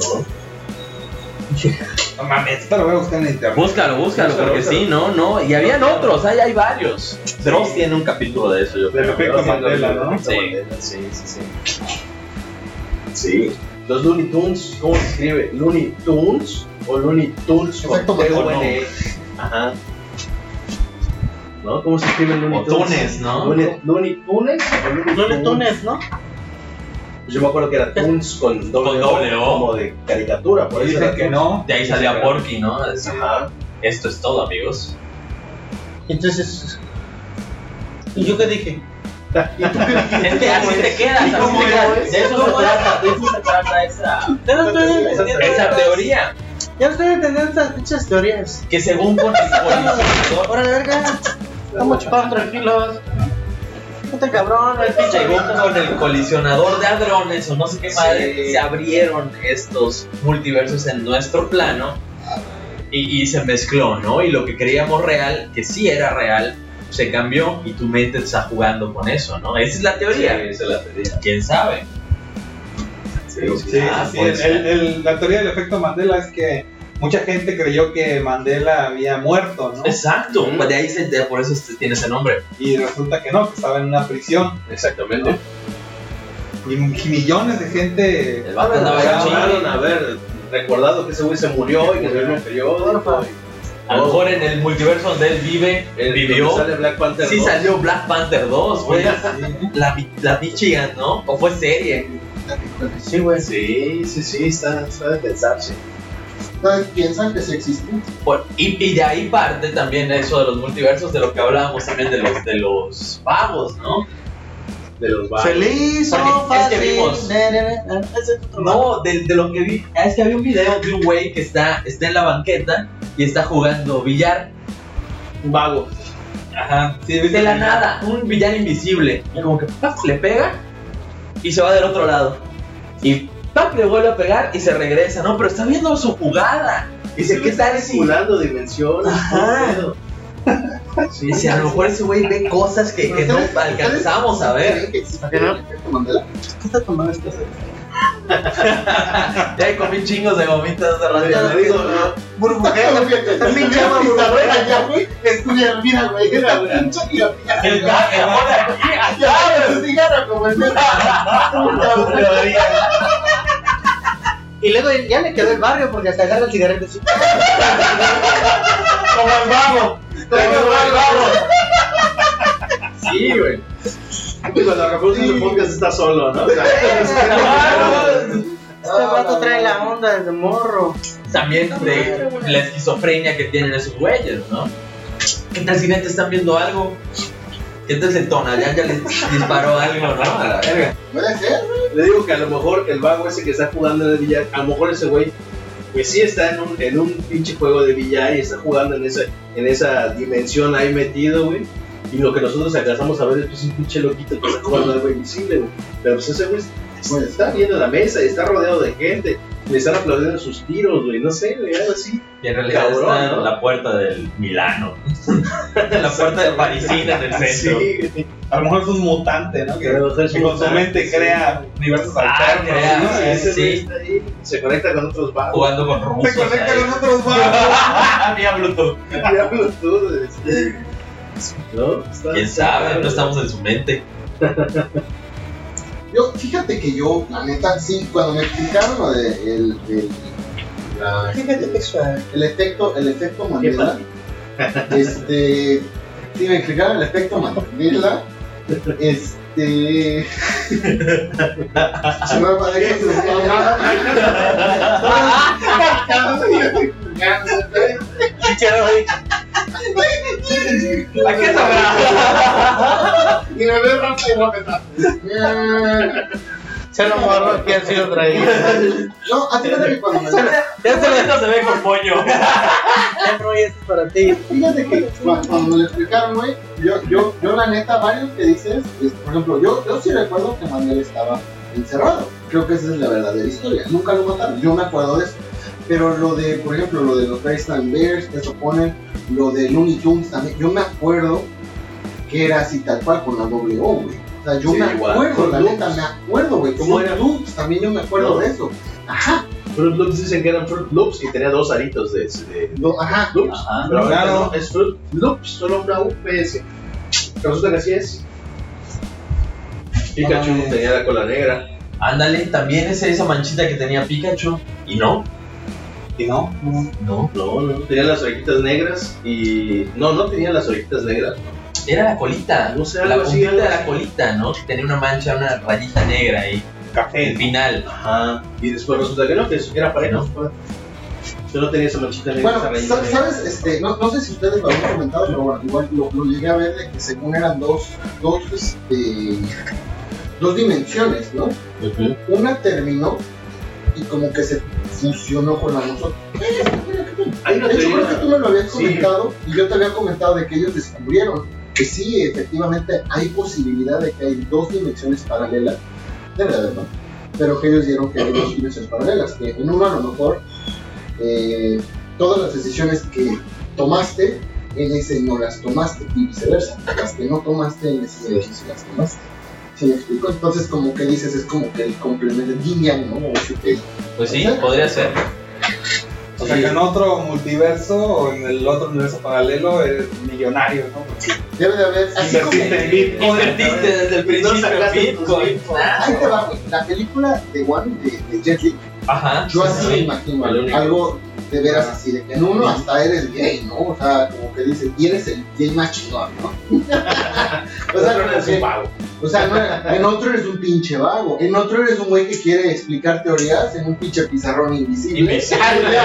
No. No mames, esto lo voy a buscar en internet. Búscalo, búscalo, Búscalo, porque búscalo. sí, no, no. Y habían otros, hay, hay varios. Dross tiene un capítulo de eso, yo El efecto Mandela, ¿no? Sí. sí, sí, sí. Sí. Los Looney Tunes, ¿cómo se escribe? ¿Looney Tunes o Looney Tunes con Efecto T-U-N-E? Mandela. E. Ajá. ¿No? ¿Cómo se escribe Looney O Tunes? Tunes, ¿no? Looney, Looney Tunes o Looney No le Tunes? tunes, ¿no? Yo me acuerdo que era Tunes con Con doble, doble O. como de caricatura, por Pero eso dicen era que Toons. no. De ahí salía Porky, ¿no? Es- Ajá. Esto es todo, amigos. Entonces. ¿Y yo qué dije? Es que así te quedas, así te quedas. De eso se trata, de eso se trata esa, Ya no estoy entendiendo. esa estas- teoría. Ya no estoy entendiendo estas pinches teorías. Que según con Ahora, verga. Estamos chupados tranquilos. Este cabrón, el pinche Según con el colisionador de hadrones o no sé qué madre, Sí. se abrieron estos multiversos en nuestro plano y, y se mezcló, ¿no? Y lo que creíamos real, que sí era real, se cambió y tu mente está jugando con eso, ¿no? Esa es la Sí, teoría. esa es la teoría. ¿Quién sabe? Digo, Sí, ah, sí, sí. pues, El- el- la teoría del efecto Mandela es que mucha gente creyó que Mandela había muerto, ¿no? Exacto, Mm. pues de ahí se, de- por eso este- tiene ese nombre. Y resulta que no, que estaba en una prisión. Exactamente. Y millones de gente El vato Ahora andaba la ya lograron chido. haber recordado que ese güey se murió y que salió en el periódico. A lo mejor en el multiverso donde él vive, y- Oh, el- donde vivió. Sale Black Panther. Sí 2. salió Black Panther 2, güey. Sí. La, mi- la Michigan, ¿no? O fue serie. Sí, güey. Sí, sí, sí, está, está de pensarse. Entonces pues, piensan que sí existen. Por- y, y de ahí parte también eso de los multiversos, de lo que hablábamos también de los, de los vagos, ¿no? De los barrios. Feliz Porque o es que fácil. vimos. Ne, ne, ne, ne. Ese es otro lado. No, de, de lo que vi. Es que había un video de un güey que está, está en la banqueta y está jugando billar. Vago. Ajá. Sí, ¿viste? De la nada, un billar invisible. Y como que ¡paf! le pega y se va del otro lado. Y ¡paf! le vuelve a pegar y se regresa, ¿no? Pero está viendo su jugada. Dice, ¿qué tal si Simulando dimensiones. Ajá. todo el pedo. Sí, Dice, a lo mejor ese güey ve cosas que, que no ¿Ustedes- alcanzamos a ver. ¿Creen que existe ¿Por qué no? el efecto Mandela? ¿Qué está tomando este? Ya comí chingos de gomitas hace Oye, rato. le digo, no, Burbujea. Es mi chava burbuja ya, güey. Estudia el vida, güey. Es la pinche y la pija. El gato, el amor de aquí, ah, Ya, güey, su cigarro, como el mío. Puta, güey. Y luego ya le quedó el barrio porque hasta agarra el cigarrillo así. Como el vago. Como el vago. Sí, güey. Y Cuando acabamos Sí. el podcast está solo, ¿no? O sea, Este vato trae la onda desde morro. También de la esquizofrenia que tienen esos güeyes, ¿no? ¿Qué tal si neta están viendo algo? ¿Qué tal si el Tonayán ya les disparó algo, no? A la verga. Puede ser. Le digo que a lo mejor el vago ese que está jugando en el billar, a lo mejor ese güey, pues sí está en un, en un pinche juego de billar y está jugando en esa, en esa dimensión ahí metido, güey. Y lo que nosotros alcanzamos a ver es pues, un pinche loquito que está jugando algo invisible, güey. Pero pues ese güey Puede está viendo la mesa y está rodeado de gente. Le están aplaudiendo sus tiros, güey. No sé, güey, algo así. Y en realidad Cabrón, está ¿no? en la puerta del Milano. En la puerta del Parisina en el centro. Sí, A lo mejor es un mutante, ¿no? Que, que con su mente crea universos Ah, alternos. crea, ¿no? sí, ese sí. güey está ahí, Se conecta con otros vagos. Jugando con rusos. Se conecta ahí. con otros vagos. Ah, vía Bluetooth. Diablo tú, este. ¿No? Está- Quién sabe, no estamos en su mente. Yo, fíjate que yo, la neta, sí, cuando me explicaron lo de el, el, la- Fíjate que suave. el efecto, el efecto Mandela, este, sí, me explicaron el efecto Mandela, este, se me va a dejar sus mamadas. ¿A qué sabrá? Y me ve Rafa y Rafa está. Se lo morro que ha sido traído. No, a ti que cuando me Ya se ve, se ve con pollo. Ya no, y esto es para ti. Fíjate que cu- cuando me lo explicaron, güey, yo, yo, yo la neta, varios que dices, es, por ejemplo, yo, yo sí recuerdo que Manuel estaba encerrado. Creo que esa es la verdadera historia. Nunca lo mataron, yo me acuerdo de eso. Pero lo de, por ejemplo, lo de los Baseline Bears, que se ponen, lo de Looney Tunes también, yo me acuerdo que era así tal cual con la doble O, güey. O sea, yo Sí, me igual, acuerdo, con la Loops. neta, me acuerdo, güey. ¿Cómo Como era? era Loops, también yo me acuerdo No. de eso. Ajá, Fruit Loops dicen que eran Fruit Loops y tenía dos aritos de, de no, ajá. Loops. Ajá. Pero ahora Claro. no, es Fruit Loops, solo una UPS. Resulta que así es. Pikachu Ay. tenía la cola negra. Ándale, también es esa manchita que tenía Pikachu. ¿Y no? Y no, No. No, no, tenía las orejitas negras y. No, no tenía las orejitas negras. Era la colita. No sé, La algo así. puntita algo de así. la colita, ¿no? Que tenía una mancha, una rayita negra ahí. café. El final. Ajá. Y después resulta que no, que era pareja. Solo tenía esa manchita negra. Bueno, esa rayita sa- negra. ¿sabes? Este, no, no sé si ustedes lo habían comentado, pero bueno, igual lo, lo llegué a ver de que según eran dos, dos, este, dos dimensiones, ¿no? Una terminó y como que se fusionó con la otra. Hay una De hecho, creo que tú teoría. me lo habías Sí. comentado y yo te había comentado de que ellos descubrieron que sí, efectivamente, hay posibilidad de que hay dos dimensiones paralelas. De verdad, ¿no? Pero que ellos dieron que hay dos dimensiones paralelas, que en una a lo mejor eh, todas las decisiones que tomaste en ese no las tomaste y viceversa. Las que no tomaste en ese sí las tomaste. ¿Sí me explico? Entonces, como que dices, es como que el complemento de Yin Yang, ¿no? O sea, que- Pues sí, podría ser. O sea, que en otro multiverso o en el otro universo paralelo es millonario, ¿no? Debe de haber. Así como. Invertiste en Bitcoin. Invertiste desde el principio en sacaste tus Bitcoin. Ahí te va, güey. La película de One de, de Jet Li, Ajá. yo así me Sí. imagino. Vale, único. Algo de veras así, de que en uno hasta eres gay, ¿no? O sea, como que dices, y eres el gay más chingón, ¿no? o sea, como que- O sea, no, en otro eres un pinche vago. En otro eres un güey que quiere explicar teorías en un pinche pizarrón invisible. Invisible.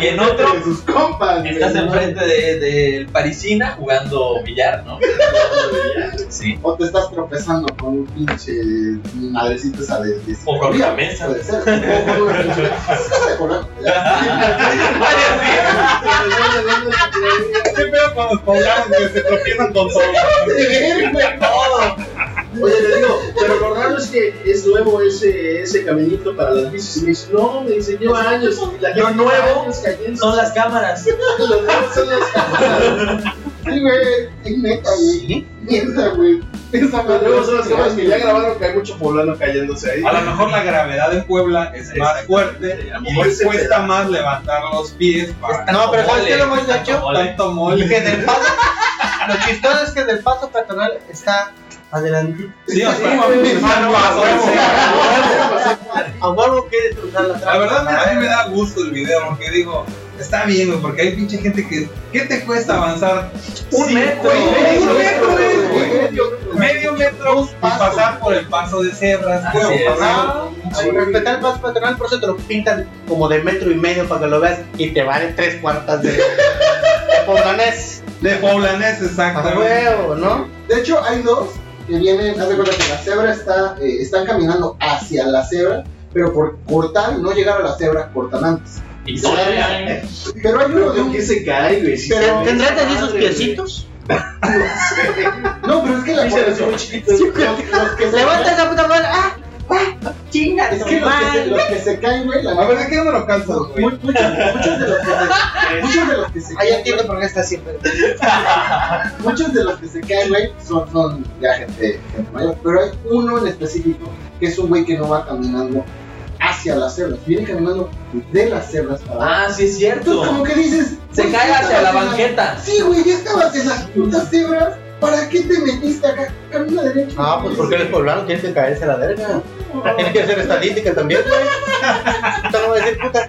Y en otro, Entre sus compas. güey, estás ¿no? enfrente del de, del Parisina jugando billar, ¿no? Sí. O te estás tropezando con un pinche madrecito esa de, de O con psicología, una mesa. Puede ser. O con una Esa de color. ¿Qué pedo con los poblanos que se tropiezan con todo? Oye, le digo, pero lo raro es que es nuevo ese, ese caminito para las bicis. Y me dice, no, me dice, lleva años. y La Lo gente nuevo lleva años cayendo. Son las cámaras. Los dos son los cabrones. Sí, güey. Es neta, güey. Neta, güey. Esa Las madre. nuevas son las cámaras que ya grabaron que hay mucho poblano cayéndose ahí. A lo mejor la gravedad en Puebla es más fuerte y les cuesta más levantar los pies para No, pero ¿sabes qué es lo más Tanto gacho? mole. tanto Que mole. del paso. Lo chistoso es que del paso peatonal está adelante. Sí, o sea, güey. mano, a huevo. A huevo quiere cruzar la La trama. verdad, mira, a mí me da gusto el video porque digo, está bien, güey, porque hay pinche gente que. ¿Qué te cuesta avanzar? Un metro, güey, un un metro, metro, güey. medio- Medio metro y pasos. pasar por el paso de cebras, Así güey, es. pasar. Al respetar el paso peatonal, por eso te lo pintan como de metro y medio para que lo veas y te vale tres cuartas de. de portonés. De poblanés, Ah, A exactamente. huevo, ¿no? De hecho, hay dos que vienen, haz de cuenta que la cebra está, eh, están caminando hacia la cebra, pero por cortar y no llegar a la cebra, cortan antes. Y son- Pero hay uno de Pero un... que se cae, güey. sí se Pero ve ¿Tendrás esa así sus madre, güey. piecitos? No, pero es que la Sí, se ve muy cortan... chiquito. Los que se Levanta esa puta mano. ¡Ah! ¡Ah! ¡Chinga! Es que los que se, los que se caen, güey, la A ver, neta, ¿de qué no lo cansas, mu- güey? muchos, muchos de los que se, muchos de los que se Ah, ya caen, entiendo por qué está siempre. muchos de los que se caen, güey, son, son ya gente, gente mayor, pero hay uno en específico que es un güey que no va caminando hacia las cebras, viene caminando de las cebras para abajo. Ah, sí es Entonces, cierto. como que dices. Se pues, cae ya hacia la estabas en banqueta. Sí, güey, ya estabas en las putas cebras. ¿Para qué te metiste acá? Camina derecho. Ah, No, pues porque eres poblano, tienes que caerse a la verga. Tienes que hacer estadística también, güey. Entonces no voy a decir, puta.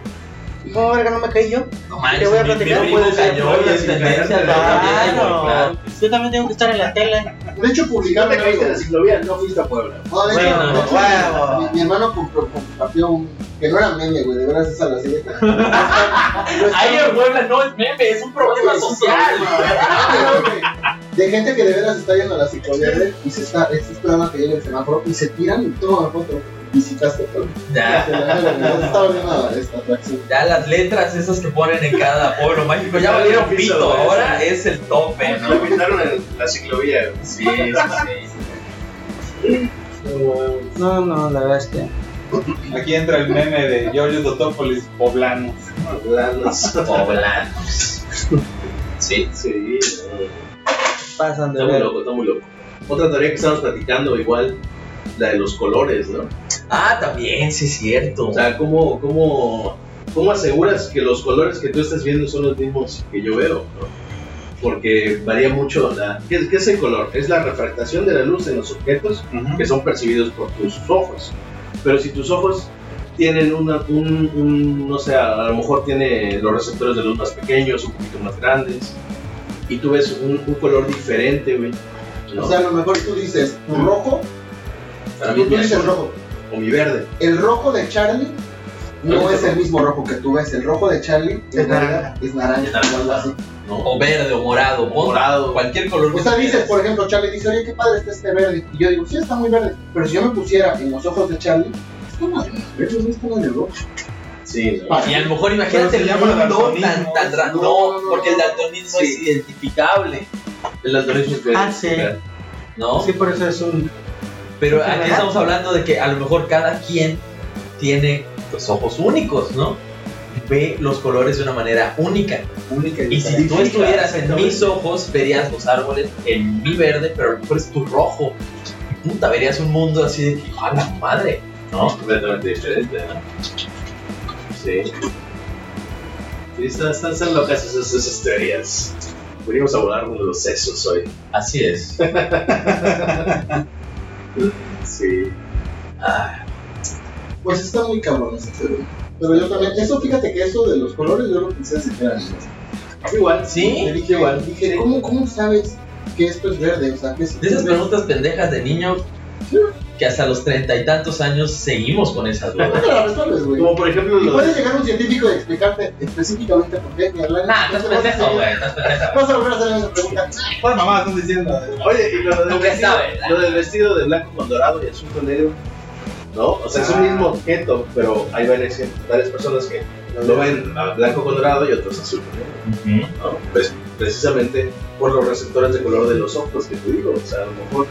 ¿Cómo verga no me caí yo? No manches, Te voy a mi- platicar, Mi primo puede ser cayó y Puebla es sin tendencia caerse. al también Claro. claro. Yo también tengo que estar en la tele. De hecho, No publicaron. te caíste en algo. la ciclovía, no fuiste a Puebla. No, de hecho, Bueno, de hecho, huevo. mi, mi hermano compró, compartió un. Que no era meme, güey, de veras es a la siguiente. No está- no está- Ahí en Puebla no es meme, es un problema es un social. problema, güey. De gente que de veras está yendo a la ciclovía güey, y se está, está esperando a que llegue el semáforo y se tiran y toman la foto. Visitaste todo. Ya. Está volviendo a esta atracción. Ya las letras esas que ponen en cada pueblo mágico ya valieron Piso, pito, güey. ahora es el tope, Lo ¿no? pintaron en la ciclovía, güey. Sí, sí, sí. No, no, la verdad es que. Aquí entra el meme de Giorgio Dotópolis, poblanos. Poblanos. Poblanos. Sí. Sí, no. Pasan de Está muy ver. loco, está muy loco. Otra teoría que estamos platicando, igual, la de los colores, ¿no? Ah, también, sí es cierto. O sea, ¿cómo, cómo, cómo aseguras que los colores que tú estás viendo son los mismos que yo veo? ¿no? Porque varía mucho la... ¿Qué, qué es el color? Es la refractación de la luz en los objetos que son percibidos por tus ojos. Pero si tus ojos tienen una, un, un- no sé, a lo mejor tiene los receptores de luz más pequeños, un poquito más grandes, y tú ves un, un color diferente, güey. ¿no? O sea, a lo mejor tú dices tu rojo, Para tú, mí es tú mi dices azul rojo. o mi verde. El rojo de Charlie no Ahorita es el rojo. mismo rojo que tú ves. El rojo de Charlie Es es naranja, naranja. es naranja Es naranja. o algo así. ¿no? O verde, o morado, o morado. Cualquier color que O sea, tú dices, quieras. por ejemplo, Charlie dice, oye, qué padre está este verde. Y yo digo, sí, está muy verde. Pero si yo me pusiera en los ojos de Charlie, está mal, de hecho, no está mal el rojo. Sí, ¿no? Para- Y a lo mejor imagínate Pero se el llama mundo tan, daltonismo, tan ra- No, no, no, no, porque el no. daltonismo Sí. es identificable, El algoritmo es Ah, sí. ¿no? Sí, por eso es un. Pero ¿verdad? aquí estamos hablando de que a lo mejor cada quien tiene los ojos pues, únicos, ¿no? ve los colores de una manera única. Única Y si tú estuvieras en mis ojos, verías los árboles en mi verde, pero a lo mejor es tu rojo. Puta, verías un mundo así de que, ¡a la madre! No, completamente diferente, ¿no? Sí. Sí, están, están, están locas esas, esas teorías. Podríamos volarnos los sesos hoy. Así es. Sí. Ah, Pues está muy cabrón esa teoría. Pero yo también, eso fíjate que eso de los colores yo lo pensé desde que era niño. igual, sí. Yo dije, igual. dije, ¿cómo, ¿cómo sabes que esto es verde? O sea, que es De esas preguntas pendejas de niño que hasta los treinta y tantos años seguimos con esas ¿Cómo dudas. te la resuelves, güey? Como por ejemplo Y los... puede llegar un científico y explicarte específicamente por qué. Nah, Nah, no es pendejo, güey, no es pendejo. Vas a volver a hacer esa pregunta. ¿Cuál mamá estás diciendo? eh. Oye, y lo del, Nunca vestido, sabe, ¿verdad? lo del vestido de blanco con dorado y azul con negro. ¿No? O sea, es Ah. un mismo objeto, pero hay varias, varias personas que lo ven a blanco con dorado y otros azul con negro. ¿no? Pues, precisamente por los receptores de color de los ojos que te digo. O sea, a lo mejor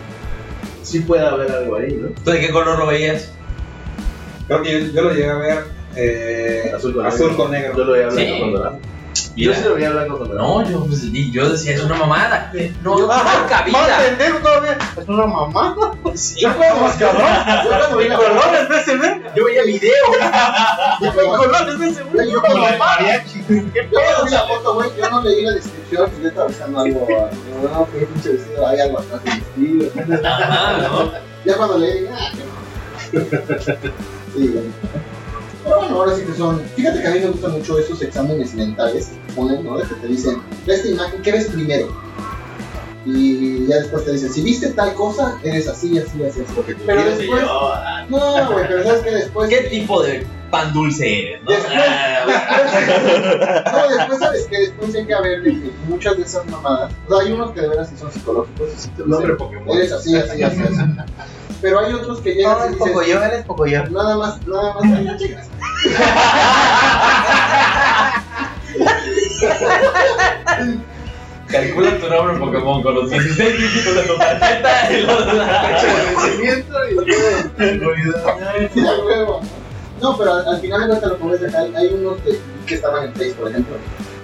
sí puede haber algo ahí, ¿no? ¿Tú de qué color lo veías? Creo que yo, yo lo llegué a ver eh, Azul con azul negro. con negro. Yo lo veía blanco Sí. con dorado. Yo Mira, sí lo veía blanco con dorado. No, yo, pues, y yo decía, es una mamada. No, ah, no, Más cabida. pendejo todavía. Es una mamá. Sí, Yo como más cabrón. Yo cuando vi la Colores de ese, ¿eh? Yo veía video. yo cuando- Colores de ese, güey. yo cuando- ¿Qué yo cuando pedo? vi la foto, güey, yo no leí la descripción, estoy atravesando algo. ah, digo, No, pero pinche vestido, hay algo atrás del vestido. Ajá, ¿no? Ya cuando leí, dije, ah, qué no. Sí, güey. Pero bueno, ahora sí que son. Fíjate que a mí me gustan mucho esos exámenes mentales que te ponen, ¿no? De que te dicen, ve esta imagen, ¿qué ves primero? Y ya después te dicen, si viste tal cosa, eres así, así, así, así. Pero Yo sí después. llevaba- No, güey, pero sabes que después. ¿Qué tipo de pan dulce eres? ¿no? Después- Ah, güey. No, después sabes que después hay que haber de que muchas de esas mamadas. O sea, hay unos que de veras sí son psicológicos. y sí te Nombre dicen, Pokémon. Eres así, así, así, así. Pero hay otros que No, llegan y eres dicen, poco yo, eres poco yo. nada más, nada más. ahí no llegas. Calcula tu nombre Pokémon con los 16 dígitos de tu tarjeta y los. Sí, a huevo. No, pero al, al final de cuentas lo pones acá. Hay unos que, que estaban en Face, por ejemplo,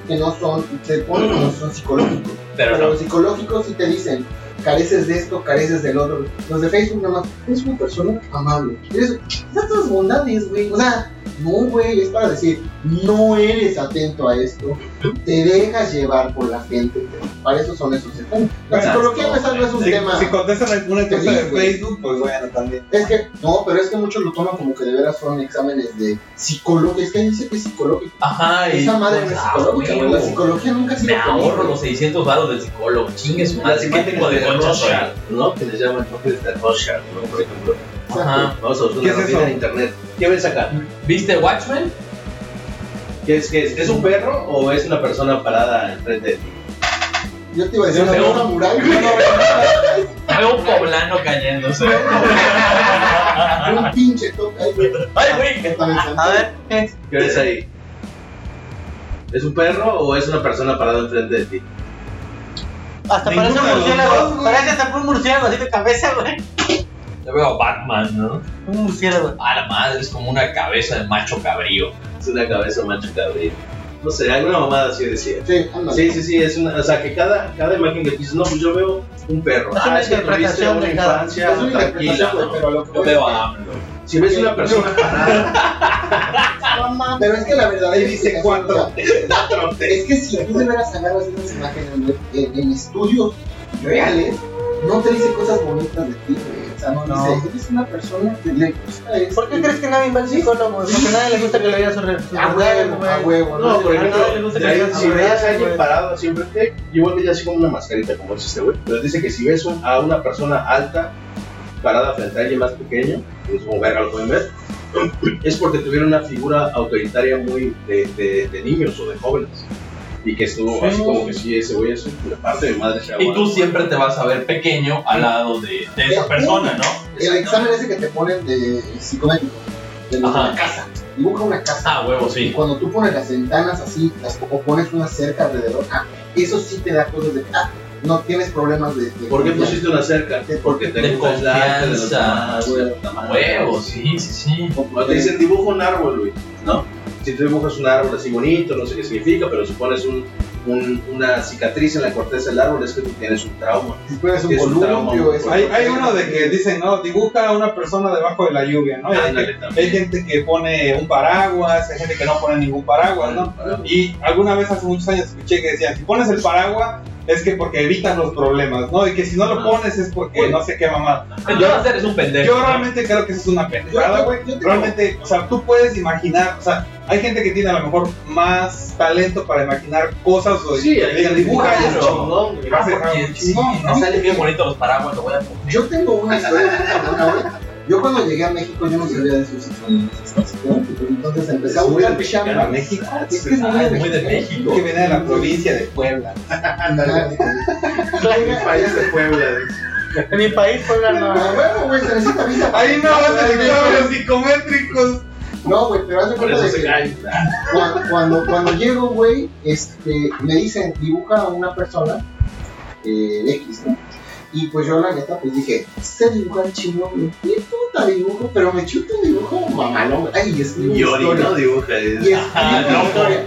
que no son, se ponen como son psicológicos. Pero Pero no. los psicológicos sí te dicen, careces de esto, careces del otro. Los de Facebook nada más, eres una persona amable. Eres tantas bondades, güey. O sea, no, güey, es para decir, no eres atento a esto, te dejas llevar por la gente. Para eso son esos temas. La Bueno, psicología no es algo, es un Si, tema. si contestan una encuesta Sí, de güey. Facebook, pues bueno, también. Es que, no, pero es que muchos lo toman como que de veras fueron exámenes de psicología. Es que ahí dice que es psicológico. Ajá, y. Esa madre no pues, es ah, psicológica, güey, güey. La psicología nunca ha Me sido ahorro psicológica. los 600 baros del psicólogo. Chingue su madre. Las ¿Qué imágenes tipo de de concha soy? Rothschild, ¿no? Que les llaman imágenes de Rothschild, ¿no? Por ejemplo. Ajá. Vamos a buscar ¿Qué una es página eso? de internet. ¿Qué ves acá? ¿Viste Watchmen? ¿Qué es, qué es? ¿Es un perro o es una persona parada enfrente de ti? Yo te iba a Pues, decir, Yo veo- no, una mural, güey. Veo un poblano cayéndose. un pinche toque ahí, güey. ¡Ay, güey! Para el A ver, ¿qué es? ¿Qué ves ahí? ¿Es un perro o es una persona parada enfrente de ti? Hasta parece un Ninguno de los murciélago. Parece hasta un murciélago así de cabeza, güey. Yo veo a Batman, ¿no? Un murciélago. A la madre, es como una cabeza de macho cabrío. Es una cabeza macho cabrío. No sé, alguna mamada así decía. Sí, ándale. Sí, sí, sí, es una, o sea que cada, cada imagen que tú dices, no, pues yo veo un perro. Ah, Ah, Es una es que tuviste interpretación una de cada- infancia Es una tranquila. interpretación, güey, ¿no? pero lo que Yo voy veo es a AMLO. Si ves una persona parada, que- Pero es que la verdad Ahí dice cuatro. Es que si tú de veras agarras esas imágenes güey, en, en estudios reales, no te dice cosas bonitas de ti, güey. O sea, no, No. dice, eres una persona que le gusta esto. ¿Por qué crees que nadie va al psicólogo? güey? Porque a nadie le gusta que le diga su re- su A verdad, huevo, güey. a huevo. No, por a nadie le ejemplo, gusta de que le ahí, digan si su ves a verdad, güey. alguien parado así enfrente, igual que ya así como una mascarita como es este güey, pero dice que si ves un- a una persona alta parada frente a alguien más pequeño, que es como verga, lo pueden ver, es porque tuvieron una figura autoritaria muy de, de- de niños o de jóvenes. Y que estuvo así como que sí, ese güey es la parte de mi madre. se Y tú aguanta. siempre te vas a ver pequeño al lado de, de esa persona, ¿no? El examen ese que te ponen de psicométrico, de los de Ajá. la casa. Dibuja una casa. Ah, huevo, Y sí. cuando tú pones las ventanas así, las, o pones una cerca alrededor, ah, eso sí te da cosas de que, ah, no tienes problemas de. de- ¿Por qué pusiste una cerca? Porque te De gusta aislarte de los confianza. demás, güey, la madre. Huevo, Ah, sí, sí, sí. o O porque- te dicen dibujo un árbol, güey, ¿no? si tú dibujas un árbol así bonito, no sé qué significa, pero si pones un, un- una cicatriz en la corteza del árbol es que tú tienes un trauma. Si fueras un Es un columpio, trauma, es- Hay, hay uno de que dicen, no, dibuja a una persona debajo de la lluvia, ¿no? Y hay, Ándale, que- hay gente que pone un paraguas, hay gente que no pone ningún paraguas, ¿no? Y alguna vez hace muchos años escuché que decían, si pones el paraguas es que porque evitas los problemas, ¿no? Y que si no lo Ah. pones es porque no sé qué mamá. Entonces eres un pendejo. Yo realmente creo que eso es una pendejada, Yo- güey. yo te- Realmente, o sea, tú puedes imaginar, o sea, hay gente que tiene a lo mejor más talento para imaginar cosas o Sí, que hay gente que dibuja dibuja eso. eso. chingón, güey. Hace Porque un sí, chingón, me ¿no? salen bien bonitos los paraguas, lo voy a poner. Yo tengo una historia muy cabrona, güey. Yo cuando llegué a México yo no sabía de sus Entonces empecé a buscar ¿A chamba. México? Es que es Ah, es muy de México. México. Que viene de la provincia de Puebla. Ándale. Mi país de Puebla. En mi país, Puebla no. Ah, bueno, güey, se necesita visa. Ahí no vas a Ándale, encontrar güey. los psicométricos. No, güey, pero haz de Por cuenta eso de se que cae. cua- cuando, cuando llego, güey, este, me dicen, dibuja a una persona, eh, X, ¿no? Y pues yo la neta, pues dije, sé dibujar chingón, güey. ¿Qué puta dibujo? Pero me chuto un dibujo mamalón. Ay, es mi Y Ori historia. no dibuja Y eso. es mi historia.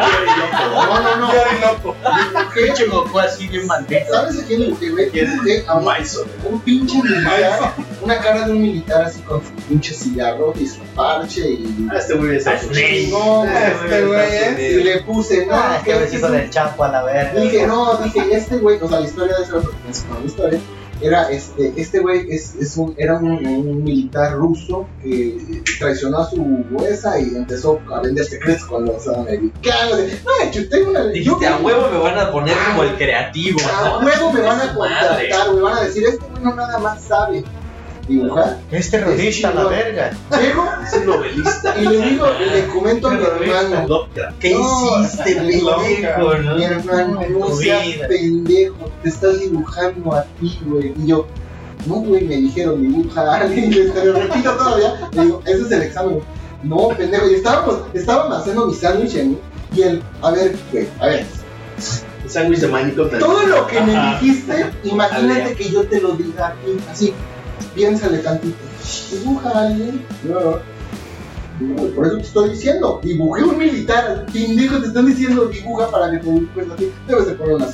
No, no, no. Dibujé Pinche Goku así bien maldito. ¿Sabes a quién dibujé, güey? Dibujé a un, Maizor. un pinche militar, una cara de un militar así con su pinche cigarro y su parche y... Ah, Este güey es Ah, sí. No, Este güey y es. ¿eh? le puse, este no, Ah, es que ¿qué me hizo hizo? del chapo a la verga. Dije, no, dije, este güey, o sea, la historia de ese porque es una historia, era este, este güey es, es un, era un, un militar ruso que traicionó a su huesa y empezó a vender secretos con los americanos. No, me chuté una Dijiste, a huevo me van a poner como el creativo, A ¿no? huevo me van a Madre. contratar, me van a decir, este güey no nada más sabe dibujar. Es Este terrorista a la verga. Llego Es un novelista. y le digo, y le comento a mi hermano. Lovecraft. ¿Qué No, hiciste, pendejo, loca. no? Mi hermano, no Tu seas vida. pendejo, te estás dibujando a ti, güey. Y yo, no, güey, me dijeron dibuja a alguien, y te lo repito todavía. Le digo, ese es el examen. No, pendejo, y estábamos, estábamos haciendo mi sándwich en- y él, a ver, güey, a ver, Un Sándwich de maní con todo lo que me Ajá. dijiste, Ajá. imagínate que yo te lo diga a ti, así, piénsale tantito. Dibuja a alguien, no. No, güey, por eso te estoy diciendo, dibujé un militar, pendejo, te están diciendo dibuja para que te dibujes a ti. Debes de poner una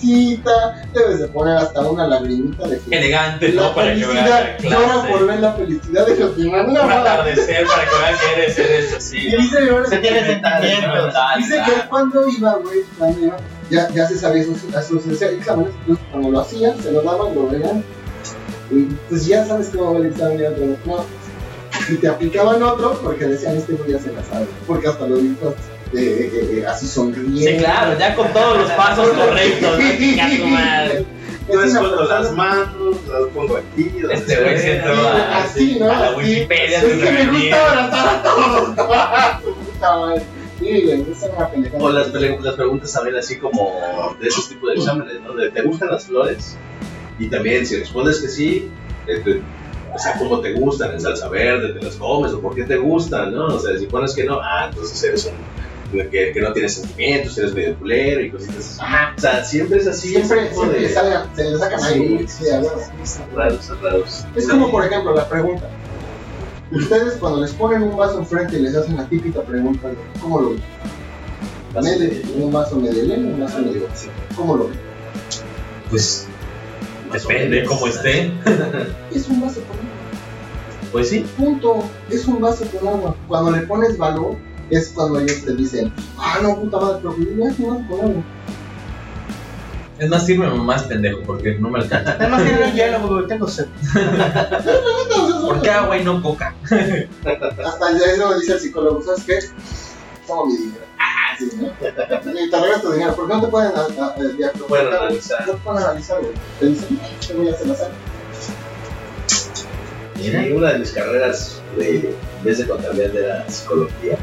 sonrisita, debes de poner hasta una lagrimita de que Elegante, la ¿no? Para que vean felicidad, la llora por clase. ver la felicidad de los demás. Un No, atardecer para que vean que eres, eres Y así. dice mi hermano, Se tiene sentimientos. Dice que él cuando iba, güey, cuando iba, ya, ya se sabía sus, a sus ex- exámenes, pues, cuando lo hacían, se lo daban, lo veían, y pues ya sabes cómo va el examen y otro, no. Y te aplicaban otro porque decían, este güey ya se la sabe, porque hasta lo dijo eh, eh, eh, eh, así sonriendo. Sí, claro, ya con todos los pasos correctos. ¿no? Chinga tu madre. Yo Es les una pongo las persona- manos, las pongo aquí. las- Este güey se Sí, entró a, así, ¿no? a la Así. Wikipedia. Es se que me reunió. gusta abrazar a todos. Puta madre. Sí, güey, esa es una pendejada. O las, pre- las preguntas también así como de esos tipos de exámenes, ¿no? De, ¿Te gustan las flores? Y también si respondes que sí, eh, te- o sea, ¿cómo te gustan? ¿En salsa verde? ¿Te las comes? ¿O por qué te gustan? ¿No? O sea, si pones que no, ah, entonces eres un... Que, que no tienes sentimientos, eres medio culero y cositas así. O sea, siempre es así. Siempre, ese tipo siempre de- le salga- se le sacan algo, güey. Sí, Sí, a sí, huevo. Raros, raros. Es como, por ejemplo, la pregunta. Ustedes cuando les ponen un vaso enfrente y les hacen la típica pregunta de ¿cómo lo ven? Medio- ¿Un vaso medio lleno, un vaso medio vacío? ¿Cómo lo ven? Pues depende cómo esté. Es un vaso con agua. Pues sí. Punto. Es un vaso con agua. Cuando le pones valor, es cuando ellos te dicen, ah, no, puta madre, pero no es un vaso con agua. Es más, sirve más pendejo porque no me alcanza. Además tiene hielo, güey, tengo sed. Entonces, ¿Por qué agua y no coca? Hasta ya eso dice el psicólogo, ¿sabes qué? Toma mi dinero. Ah, sí, ¿no? Y te regreso tu dinero. ¿Por qué no te pueden a- a- eh, diagnosticar? Pueden analizar. No te pueden analizar, güey. Te dicen, "Ah, este güey ya se la sabe. Mira, y una de mis carreras de, en vez de contabilidad era psicología.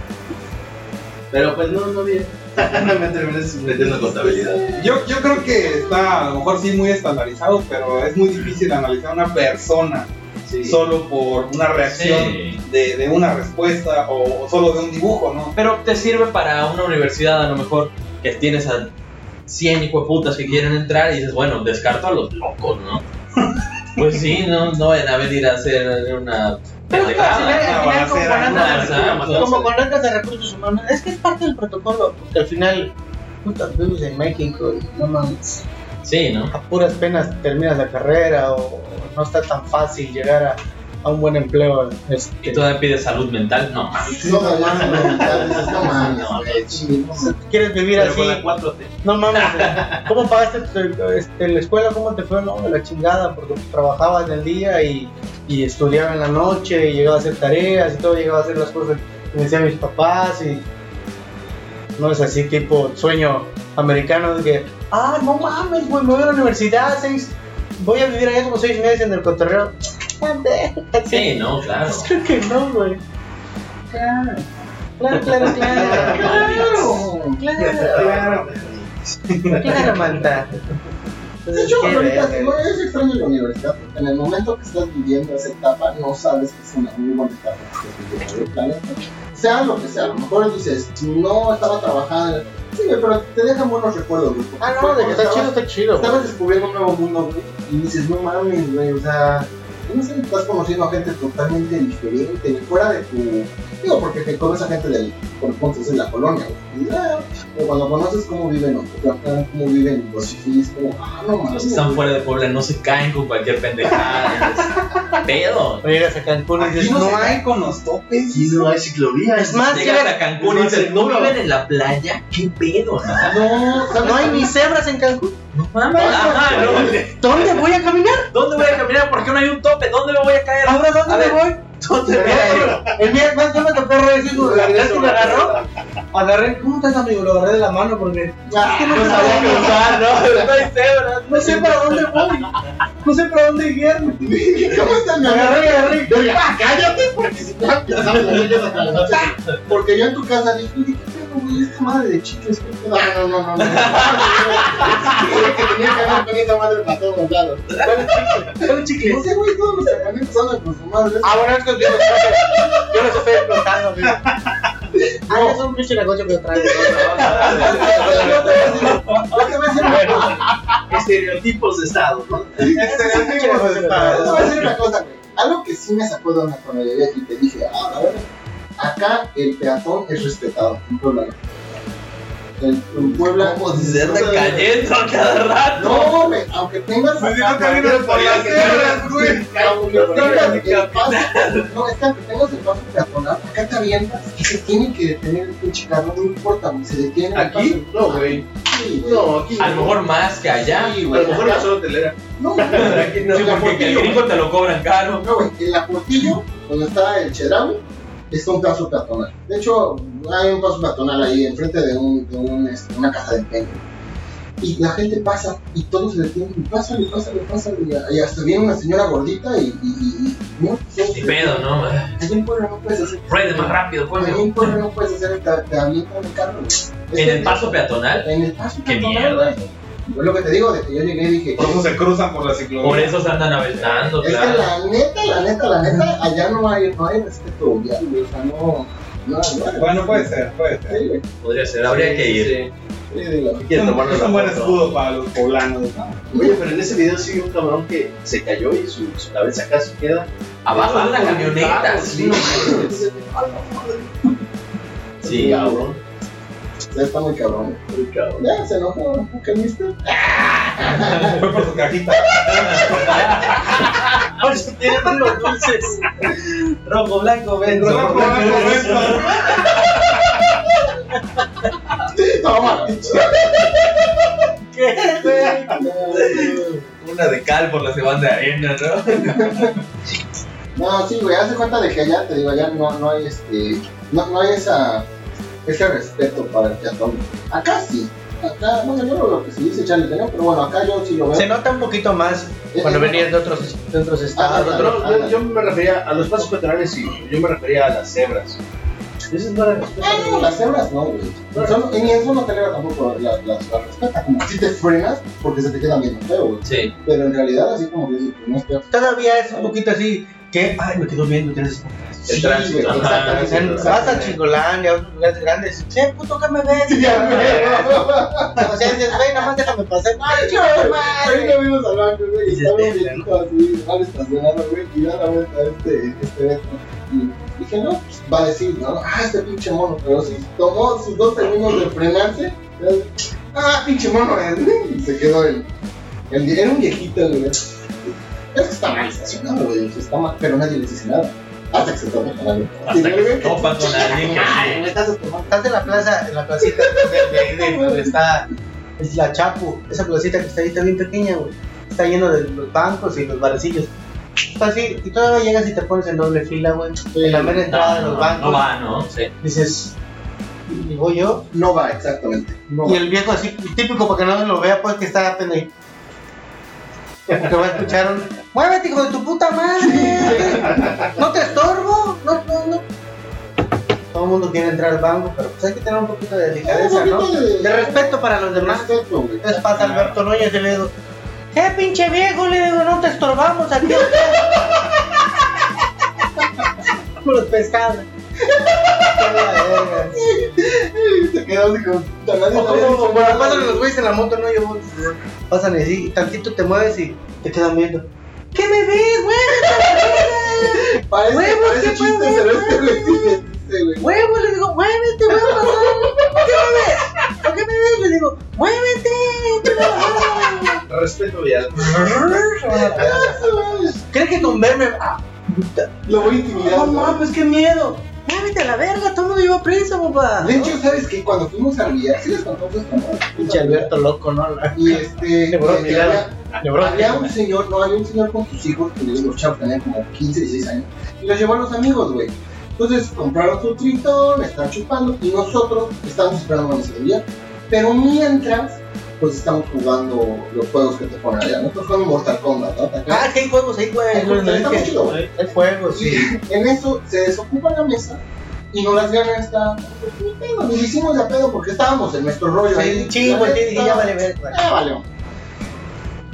Pero pues no, no bien. me terminé metiendo en contabilidad. Yo, yo creo que está a lo mejor sí muy estandarizado, pero es muy difícil analizar a una persona Sí. solo por una reacción Sí. de, de una respuesta o, o solo de un dibujo, ¿no? Pero te sirve para una universidad a lo mejor que tienes a 100 hijueputas que quieren entrar y dices, bueno, descarto a los locos, ¿no? pues sí, no, no van a venir a hacer una Al final- al final, como balacera, con una andas- balacera, como matanza. con andas de recursos humanos, es que es parte del protocolo, porque al final, putas, vives en México y no mames, Sí, ¿no? a puras penas terminas la carrera o no está tan fácil llegar a, a un buen empleo. este, Y todavía pide salud mental, no. No mames, no mames, güey, chingue, no mames. ¿Quieres vivir Pero así? con la 4T. No mames, ¿cómo pagaste tu- este, la escuela? ¿Cómo te fue? No, de la chingada, porque trabajaba en el día y, y estudiaba en la noche y llegaba a hacer tareas y todo, llegaba a hacer las cosas que me decían mis papás y no es así tipo sueño americano de que, ah, no mames, güey, me voy a la universidad, seis, voy a vivir allá como seis meses en el cotorreo. Sí, no, claro. Creo que no, güey. Claro, Claro, claro, claro. claro, claro. claro, manta. De Entonces, hecho, qué ahorita verga. no es extraño la universidad, porque en el momento que estás viviendo esa etapa, no sabes que es una muy buena etapa que estás viviendo en el planeta. Sea lo que sea, a lo mejor dices, no estaba trabajando. Sí, güey, pero te dejan buenos recuerdos, güey. Ah, no, de que está chido, está chido. güey. Estabas descubriendo un nuevo mundo, güey, y dices, no mames, güey, o sea, no sé, estás conociendo a gente totalmente diferente, fuera de tu. Digo, porque te conoces a gente del. Por entonces en la colonia, güey. y, ah, O cuando conoces cómo viven Ocotlán, cómo viven los chifis, como, ah, no Los mames. que están fuera de Puebla no se caen con cualquier pendejada. es pedo. O llegas a Cancún y Aquí dices, no no se hay. caen con los topes. Y no hay ciclovía. Ah, Es más, Llegas llegas- a Cancún y dices, ¿no viven en la playa? ¿Qué pedo? No, No, ¿sabes? no hay ni cebras en Cancún. no mames. Ajá, Ah, no. ¿Dónde voy a caminar? ¿Dónde voy a caminar? ¿Por qué no hay un tope? ¿Dónde me voy a caer? Ahora, A ¿dónde ver. me voy? ¿Dónde El me día- El día más yo me tocó decir, la verdad es que me agarró. Agarré, ¿cómo estás, amigo? Lo agarré de la mano porque Ah, que no no sabía sabía que- No hay cebras. no sé para dónde voy. No sé para dónde guiarme. que- ¿Cómo están, mi amor? Agarré, agarré. Ah, Cállate, porque si te vas a Porque yo en tu casa dije, "Oye, ¿qué pedo, güey? Esta madre de chicles. ¿qué pedo?" Ah, no, no, no. no, no. Dije que tenía que hablar con esa madre para todo mandado. Son chicles. No sé, güey, todos los sacramentos andan con su madre. Ah, bueno, es que yo los yo los estoy explotando, amigo. Ah, es un pinche negocio que traigo. No te voy a decir una cosa, Estereotipos de estado, ¿no? te voy a decir una cosa, güey. Algo que sí me sacó de onda cuando llegué aquí y te dije, ah, la verdad, acá el peatón es respetado. En Puebla no. En, en Puebla. se anda o sea, Pues Cayendo a cada rato. No, güey, aunque tengas. Pues si acá no caminas por las cebras, güey. Aunque tengas el paso- No, es que aunque tengas el paso peatonal, acá te avientas y se tiene que detener el pinche carro, no importa, güey, se detiene. el ¿Aquí? paso. No, güey. Sí, güey. No, aquí. A lo mejor más que allá. Sí, A güey. lo mejor en la zona hotelera. No, güey. Aquí no, En la porque que el Portillo, gringo te lo cobran caro. No, güey, en la Portillo, donde está el Chedraui, está un paso peatonal. De hecho, hay un paso peatonal ahí enfrente de, un, de un, este, una casa de empeño. Y la gente pasa, y todos se detienen, y pasan, y pasan, y pasan, y, y hasta viene una señora gordita y... y, y- y- no, todos Ni se pedo, detienen. ¿no? Allí en Puebla no puedes hacer... Ruede más rápido, pues, Allí coño. en Puebla no puedes hacer, te, te avientan el carro. En el paso peatonal. En el paso Qué peatonal, mierda. güey. Yo lo que te digo, de que yo llegué y dije... Por eso se cruzan por la ciclovía. Por eso se andan aventando, Es que claro. la neta, la neta, la neta, allá no hay, no hay respeto vial, güey, o sea, no... No, no, Bueno, puede ser, puede ser. Sí, güey, Podría ser, habría que ir. sí, digo. Sí. Es Quieren un- tomarnos es la un buen foto. escudo para los poblanos, ¿no? Oye, pero en ese video sí vi un cabrón que se cayó y su, su cabeza casi queda. Abajo de la camioneta. Sí, Sí, sí cabrón. Sí, está muy cabrón. Muy cabrón. Ya, se enojó, ¿qué viste? Fue por su cajita. los dulces. Rojo, blanco, Pero no fue por eso. Toma. ¿Qué? Una de cal por la semana de arena, ¿no? No, sí, güey, hace cuenta de que allá, te digo, allá no, no hay este, no, no hay esa, ese respeto para el peatón. Acá sí, acá, bueno, yo no lo que se dice Charlie, ¿no? pero bueno, acá yo sí lo veo. Se nota un poquito más cuando venías de otros, de otros Ah, estados. no, No, yo, yo me refería a los pasos peatonales, sí. Yo me refería a las cebras. Esas no eran Ah, no, las cebras no, güey. Son- Y ni eso no te eleva tampoco la, la, la respeta. Como si te frenas porque se te queda bien feo, güey. Sí. Pero en realidad, así como que dices, pues, no es peor. Todavía es un poquito así que, ay, me quedo viendo, tienes El tránsito. ajá, güey, O sea, exactamente. Vas a Chingolandia, a otros lugares grandes. Che, puto, que me ves? Sí, ya, O güey. sea, dices, güey, nada más déjame pasar. Ay, Ahorita vimos a blanco, güey, y Y se estaba un desvela, viejito así, mal estacionado, güey, y da la vuelta a este, este Beto. Y dije, no, pues va a decir, ¿no? Ah, este pinche mono, pero si tomó sus dos segundos de frenarse, eh, ah, pinche mono, eh, y se quedó el, el vie- era un viejito, güey. Es que está mal estacionado, güey, sí está mal, pero nadie le dice nada. Hasta que se topa con alguien. Y Hasta yo, que se güey, topa con alguien. Ay, güey, estás tomando. Estás en la plaza, en la placita de, de- de- donde está es la Chapu, esa placita que está ahí está bien pequeña, güey. Está lleno de los bancos y los barecillos. Está así, y todavía llegas y te pones en doble fila, güey. En la mera entrada de los bancos. No va, ¿no? Sí. Dices, digo yo. No va, exactamente. No Y va. el viejo así, típico para que no lo vea, pues que está pendejo. Porque va a escuchar un, ¡Muévete, hijo de tu puta madre! ¡No te estorbo! No, no, no. Todo el mundo quiere entrar al banco, pero pues hay que tener un poquito de delicadeza, ¿no? De respeto para los demás. Respeto, güey. Entonces pasa Alberto Núñez y le digo, ¡Eh, pinche viejo! Le digo, no te estorbamos aquí. Como los pescados. Qué la verga. Te quedas así como puta nadie O como sabe decir cuando nada, pasan güey. los güeyes en la moto, no yo pasan y sí, tantito te mueves y te quedan viendo. ¿Qué me ves, güey? Parece, Huevos, parece ¿qué chiste, puede pero ser? este güey sí les dice, güey. Huevo, le digo, muévete, huevo, ¿qué me ves? ¿O qué me ves? Le digo, muévete, huevo". Respeto vial. ¿Crees que con verme? ah, puta, Lo voy intimidando. No mames, pues qué miedo. Muévete a la verga, todo el mundo lleva prisa, papá. De hecho, ¿sabes qué? Cuando fuimos a Villar, sí les contó esto, ¿no? pinche Alberto loco, ¿no? Y este. Le borró eh, mi lado. había- Había un señor, no, había un señor con sus hijos, que los chavos tenían como 15, 16 años, y los llevó a los amigos, güey. Entonces compraron su tritón, están chupando, y nosotros estamos esperando la día. Pero mientras, pues estamos jugando los juegos que te ponen allá. Nosotros jugamos Mortal Kombat, ¿no? Acá. Ah, que hay juegos ahí, güey. Hay juegos, está muy chido, güey. Hay juegos, sí. En eso se desocupa la mesa y no las ganas está. Nos hicimos de a pedo porque estábamos en nuestro rollo ahí. Sí, La güey, neta, dije, ya vale ver, pues. güey. Ah, vale.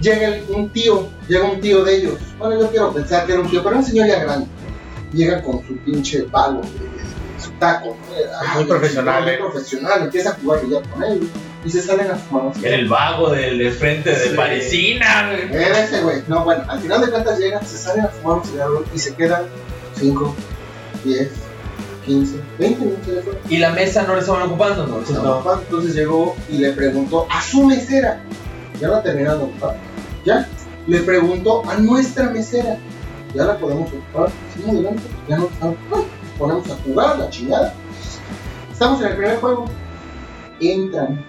Llega el- un tío, llega un tío de ellos. Bueno, yo quiero pensar que era un tío, pero era un señor ya grande. Llega con su pinche palo, eh, su taco. eh, ah, Muy profesional, Muy eh. profesional, empieza a jugar ya con él. Y se salen a fumar. un cigarro. Era el vago del de frente de Sí. Parisina. güey. Era ese güey. No, bueno, al final de cuentas llegan, se salen a fumar un cigarro y se quedan 5, 10, 15, 20 minutos de fuera. Y la mesa no la estaban ocupando, ¿no? Entonces, la mamá, entonces llegó y le preguntó a su mesera. Ya la terminaron de ocupar. ¿Ya? Le preguntó a nuestra mesera. ¿Ya la podemos ocupar? Sí, adelante. Ya no estamos. Ponemos a jugar, la chingada. Estamos en el primer juego. Entran.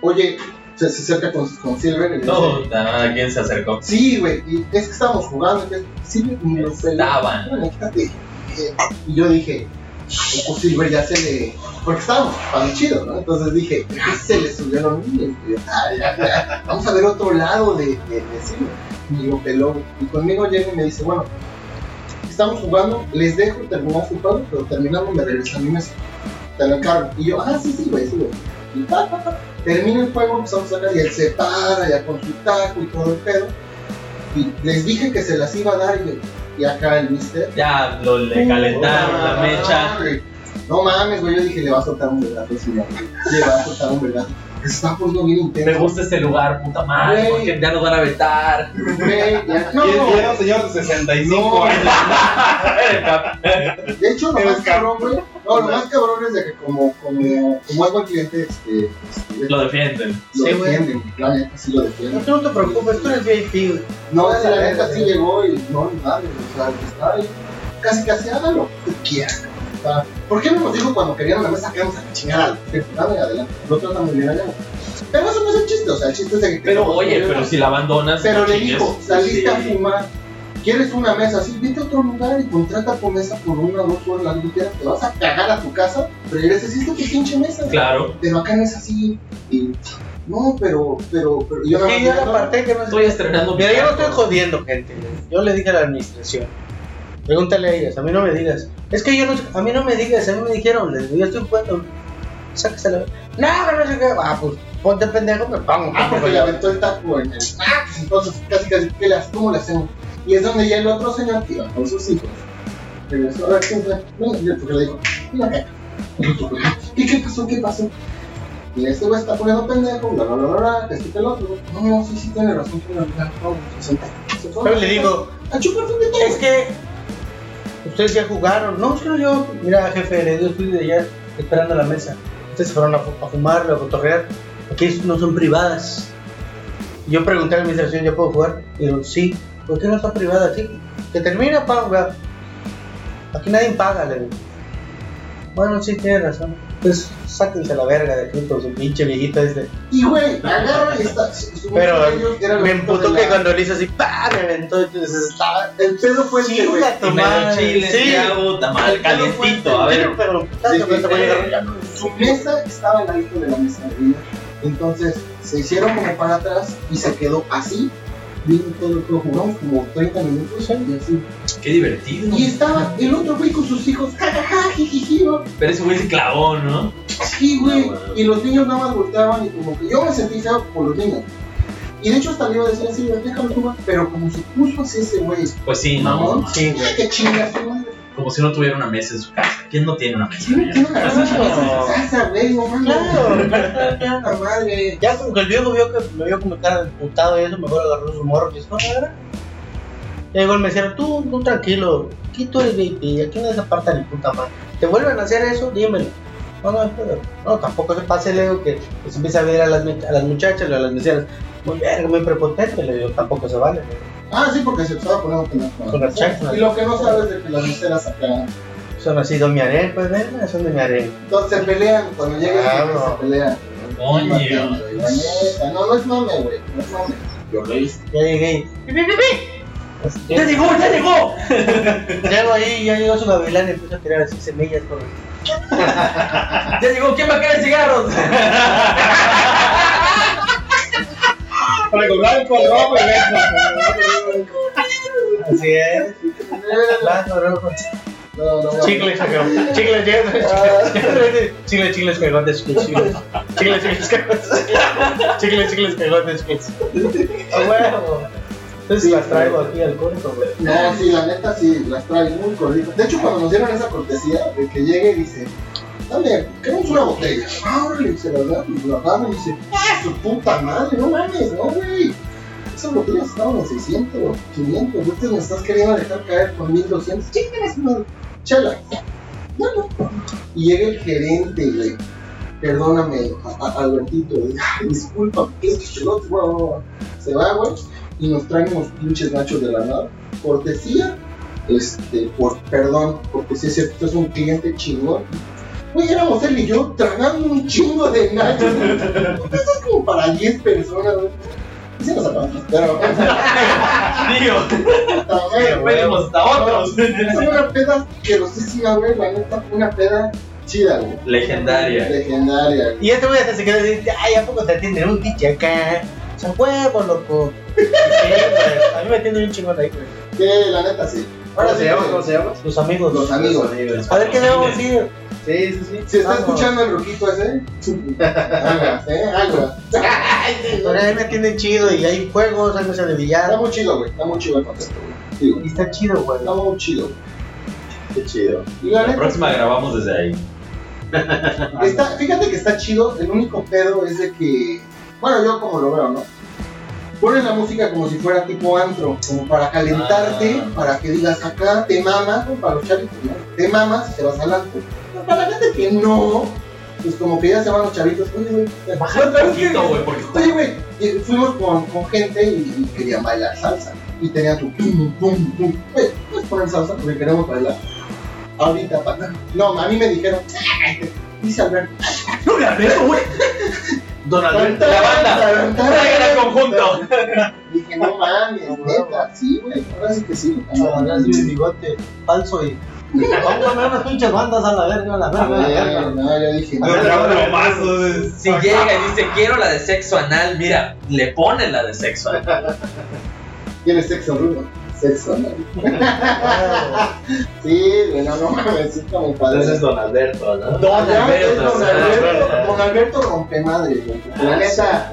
Oye, se, se acerca con, con Silver y le dice. No, nada, ¿quién se acercó? Sí, güey, y es que estábamos jugando, que Silver ni lo pelaba. Estaban. Bueno, quítate. Eh, Y yo dije, poco Silver ya se le. Porque estábamos tan chido, ¿no? Entonces dije, "Ya se le subió la niña. Y yo, "Ah, ya, ya, Vamos a ver otro lado de, de, de Silver. Y yo peló. Y conmigo llega y me dice, bueno, estamos jugando, les dejo terminar su juego, pero terminando me regresan a mi mesa. Te lo encargo. Y yo, ah, sí, sí, güey, sí, güey. Y pa, pa, pa. Termina el juego, empezamos a sacar y él se para, ya con su taco y todo el pedo. Y les dije que se las iba a dar y, y acá el mister. Ya lo, le calentaron Ah. la mecha. No mames, güey, yo dije, le va a soltar un vergazo, sí, ya, güey. le va a soltar un vergazo. Se está poniendo bien intenso. Me gusta este lugar, puta madre, Güey. porque ya nos van a vetar. Güey, ya- no, Y es- y era un señor de 65 No. años. De hecho, lo Pero más es cabrón. cabrón, güey. No, lo más cabrón es de que como, como, como es buen cliente, este, este, Lo defienden. lo Sí, güey. defienden, güey, la neta sí lo No, defienden. tú no te preocupes, tú eres VIP, güey. No, Ah, si la la neta verga, sí sí. llegó y no, ni madre, o sea, que está ahí, casi casi hágalo, que quieras. o sea, ¿Por qué no nos dijo cuando querían la mesa que vamos a chingar al dame adelante? Lo tratan muy bien allá. güey. Pero eso no es el chiste, o sea, el chiste es de que. Pero queremos oye, comer, pero si la abandonas. Pero no le chingues. pues dijo, saliste a Sí. fumar, quieres una mesa, sí, vete a otro lugar y contrata tu mesa por una o dos horas, lo que quieras, te vas a cagar a tu casa, regresas y esta es tu pinche mesa. Claro. Pero acá no es así. Y, no, pero, pero, pero, y yo Sí, yo nada la más aparté que no Estoy estrenando. Mira, mi yo no carro. estoy jodiendo, gente. güey. Yo le dije a la administración. Pregúntale a ellas, a mí no me digas. Es que yo no sé, a mí no me digas, a mí me dijeron, les digo, yo estoy en puesto. Sáquese la. No, pero no sé qué. Ah, pues ponte pendejo, pero vamos. Ah, porque le aventó el taco en el. Ah, pues entonces casi casi, ¿qué las, ¿cómo le hacemos? Y es donde ya el otro señor que iba con sus hijos. Regresó a ver qué fue. No, yo porque le dijo, mira acá. ¿Y qué pasó? ¿Qué pasó? y este güey está poniendo pendejo, bla, bla, bla, bla, bla, que este que el otro. No, no, sí, sí, tiene razón, tiene razón. No, se sentó. Se fue. Pero le digo, A chupar un dedo. es que ustedes ya jugaron. No, es que no, yo, mira, jefe, le dio estoy de allá esperando a la mesa. Ustedes se fueron a, fu- a fumar, a cotorrear. Aquí es- no son privadas. Yo pregunté a la administración, ¿ya puedo jugar? Y dijeron, sí. ¿Por qué no está privada aquí? Que termina, paga. Aquí nadie paga, le digo. Bueno, sí, tiene razón. Pues sáquense la verga de aquí con su pinche viejita este. Y güey, agarra y está. su- su- Pero ellos eran me los hijos emputó de que la- cuando le hizo así, ¡pah! Me aventó y entonces estaba. El pedo fue este, güey. Chinga tu Primero madre. chile, Sí. hago tamal calientito, a ver. Pero, Sí, sí, Su mesa estaba al ladito de la mesa de ella. Entonces se hicieron como para atrás y se quedó así. Viendo todo el juego, jugamos como 30 minutos y así. Qué divertido. Y estaba el otro güey con sus hijos, jajaja, jijiji, ¿no? Pero ese güey se clavó, ¿no? Sí, güey. Ah, bueno. Y los niños nada más volteaban y como que yo me sentí feo por los niños. Y de hecho hasta le iba a decir así, güey, déjalo jugar. Pero como se puso así ese güey, Pues sí, no. mamón, Sí, ay, qué chingas, su madre. Como si no tuviera una mesa en su casa. ¿Quién no tiene una mesa? Sí, tiene razón, salsa, güey, no mames. Puta madre. Ya como que el viejo vio que me vio como cara de putado y eso, mejor agarró su morro y dice, no, a ver. Y igual me dijeron, tú, tú tranquilo, aquí tú eres VIP, aquí no desaparta ni puta madre. ¿Te vuelven a hacer eso? Dímelo. No, no, pero, no, tampoco se pase, le digo, que se empieza a ver a las, mi- a las muchachas, a las meseras. Muy bien, muy prepotente, le digo, tampoco se vale. Ah, sí, porque se estaba poniendo con Con las las chacras. Y lo que no sabes de que las miseras acá. Son así, doñaré, pues ven, son doñaré. Entonces se pelean, cuando llegas Claro. siempre se pelean. Coño. La neta, No, no es mame, güey. No es mame. Yo lo hice. Ya llegué. y- ¡Ya llegó, ya llegó! Llego ahí, ya llegó su gavilán y empezó a tirar así semillas por ¡Ya llegó! ¿Quién va a querer cigarros? Algo blanco, rojo y Así es. Blanco, rojo. No, no, no. Chicles, cabrón. Chicles, Ah. chicles. Chicles, chicles, cagotes, chicles. Chicles, Chicles, chicles, cagotes. Chicles, chicles, cagotes, chicles. A huevo. Entonces las traigo aquí al corto, güey. No, sí, la neta sí, las trae muy corditas. De hecho, cuando nos dieron esa cortesía, de que llegue y dice, dale, queremos una botella. Ah, órale, se la da, y la damos y dice, ah, su puta madre, no mames, no, güey. Esas botellas estaban en 600 o 500, tú me estás queriendo dejar caer con 1200. Chicas, madre, chela. No, no. Y llega el gerente, güey. Perdóname, a- a- Albertito, güey. Ay, disculpa, es que yo no te voy a- voy a- Se va, güey, y nos traen unos pinches nachos de la nada cortesía, este, por perdón, porque si es cierto, tú eres un cliente chingón. Güey, éramos él y yo tragando un chingo de nachos. Eso es como para 10 personas, güey. Y se nos acabamos, pero. Digo, Pedimos hasta otros. es una peda asquerosísima, güey. La neta, fue una peda chida, güey. Legendaria. Legendaria. Y este güey hasta se queda así, ay, ¿a poco te atienden un pinche acá? Son huevos, loco. Sí, güey. A mí me atienden un chingón ahí, güey. Sí, Eh, la neta, sí. Ahora se sí, llama, güey. ¿cómo se llama? Los amigos, Los amigos. A ver qué debemos ir. Sí, sí, sí. Si está Vamos. escuchando el rojito ese, hagas, eh, hagas. Ay, sí, güey. Pero ahí me tienen chido y hay juegos, hay mesa de Está billar. muy chido, güey. Está muy chido el concepto, güey. Sí, güey. Y está chido, güey. Está muy chido. Qué chido. Y la La neta, próxima grabamos desde ahí. está, fíjate que está chido. El único pedo es de que. Bueno, yo como lo veo, ¿no? Pones la música como si fuera tipo antro, como para calentarte, Ah. para que digas acá, te mamas, ¿no? para los chavitos, ¿no? Te mamas y te vas al antro. Pero Para la gente que no, pues como que ya se van los chavitos, oye, güey. Baja un pero es que- poquito, güey, porque Oye, güey, eh, fuimos con, con gente y, y querían bailar salsa. Y tenía tu pum, pum, pum. Güey, puedes poner salsa porque queremos bailar. Ahorita, para No, a mí me dijeron, "Ay, dice Alberto. ¡No le hablé, güey! Don Alberto, la banda. Tan, tan, tan. Traigan al conjunto. Dije, no mames, No, neta, sí, güey. Ahora sí que sí. A la verga, el bigote falso y. Vamos a poner unas pinches bandas a la verga, a la Ah, verga, a la no, verga. no, yo dije, no, Otro más. güey. Si llega y dice, quiero la de sexo anal, mira, Le ponen la de sexo. ¿quieres sexo rudo? Sexo, no. Ah, Sí, güey, no, no mames, sí, está muy padre. Entonces es Don Alberto, ¿no? Don Alberto, Alberto, Don Alberto, Don Alberto rompe madre, güey. La neta,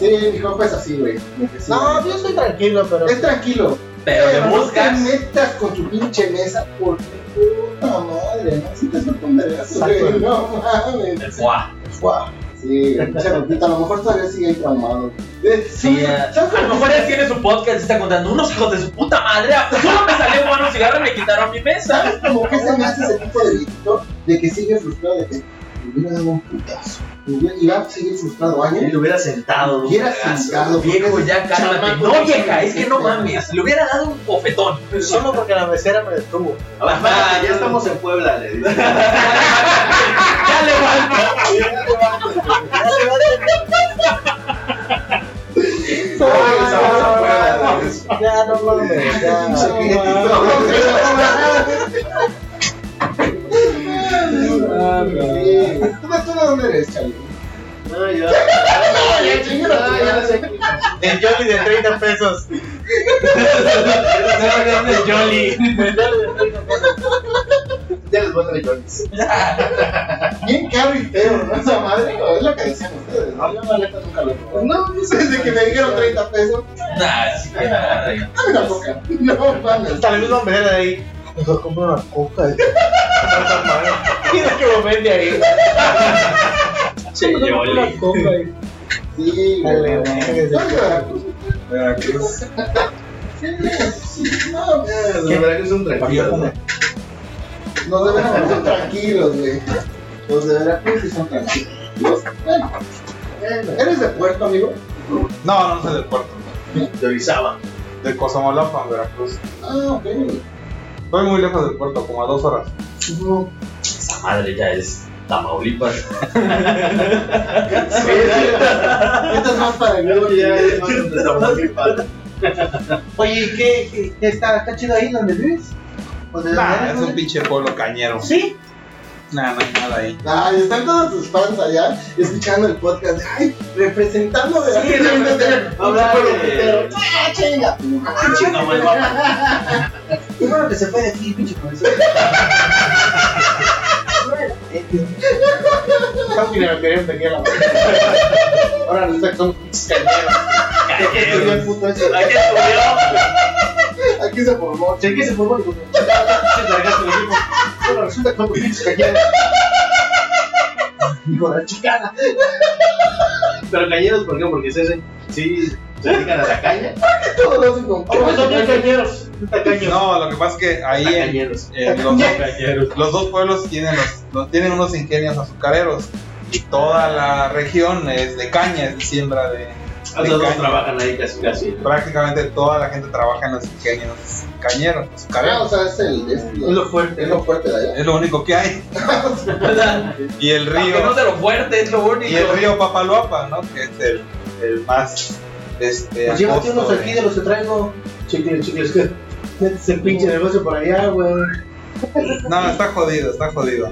sí, mi compa es así, güey. como que sí. No, yo estoy tranquilo, pero. Este- es tranquilo. Pero le no buscas. te metas con tu pinche mesa porque puta madre, ¿no? Si te suelta un vergazo, Exacto. güey, no mames. Buah. Guau. Sí, pinche Lupita, a lo mejor todavía sigue ahí traumado. Eh, Sí, a, a lo mejor él tiene su podcast y está contando unos hijos de su puta madre. a- Solo me salió bueno cigarro y me quitaron mi mesa. ¿Sabes como que se me hace ese tipo de delito de que sigue frustrado de que me hubiera dado un putazo? me hubiera- Y va a seguir frustrado Él años. lo hubiera sentado. Lo Ah, hubiera vergazo. sentado. Viejo, ya cálmate. Chamaco, No, vieja, es que no mames. Le hubiera dado un bofetón. Solo porque la mesera me detuvo. Ajá, Ah, ya estamos en Puebla, le digo. Ah, Ya le va. Ya, no mames. Ya, Pinche no, cliente, mames. no, sí. ¿Tú de tú de dónde eres, Charlie? No, yo. ya, chingue la No, ya sé que- El Jolly de 30 pesos. Ya les voy a traer Jones. Bien caro y feo, ¿no? Esa madre, ¿no? es lo que decían ustedes, ¿no? Yo la neta nunca lo probé. No, pues desde que me dijeron 30 pesos, Nah, sí, nah, nah. dame la boca. No, mames. Hasta la misma mesera de ahí. Mejor compro una coca. Mira que lo vende ahí. Che, Yoli. Sí, güey. Dale, dale. ¿Dónde Veracruz? Veracruz. Sí, no, Los de Veracruz son tranquilos, ¿no? Los de Veracruz son tranquilos, güey. Los de Veracruz sí son tranquilos. Bueno, bueno. ¿Eres de puerto, amigo? No, no soy del puerto. Te avisaba. De Cosamaloapan, Veracruz. Ah, ok. Estoy muy lejos del puerto, como a dos horas. No. Esa madre ya es Tamaulipas. Esto es más para el Creo que ya es más norte. de Tamaulipas. Oye, ¿y ¿qué, qué, qué está, está chido ahí donde vives? ¿O de dónde Nah, eres, es un güey? pinche pueblo cañero. Sí. Nah, no hay nada ahí. Ay, están todos sus fans allá escuchando el podcast. Ay, representando a Veracruz. Sí, representando. Hablar Hablar de- de- ¡Ah, chinga! Chinga, mal, va. Qué bueno que se fue de aquí, pinche profesor. Casi me querían venir a la Ahora resulta que son cañeros. Cañero. el puto ese. Aquí estudió. Aquí se formó. Sí, que se formó el gobierno. Se largaste el equipo. Ahora resulta que son pinches cañeros. Hijo de la chingada. Pero cañeros, ¿por qué? Porque se hacen- sí, se dedican a la caña. Todos los pues, encontraron. son bien cañeros. Tacaños. No, lo que pasa es que ahí en, Cañeros. en los, los dos pueblos tienen, los, los- tienen unos ingenios azucareros. Y toda la región es de caña, es de siembra de, Los de dos caña. trabajan ahí casi, casi. Prácticamente toda la gente trabaja en los ingenios Ah, cañeros, o azucareros. sea, es el. Es lo fuerte. Es lo fuerte de allá. Es lo único que hay. Y el Que no río, se lo fuerte, es lo único. y el río Papaloapa, ¿no? Que es el, el más este, Pues llévate angosto unos de- aquí de los que traigo. Chicles, chicles. que Metes el pinche negocio por allá, güey. No, está jodido, está jodido.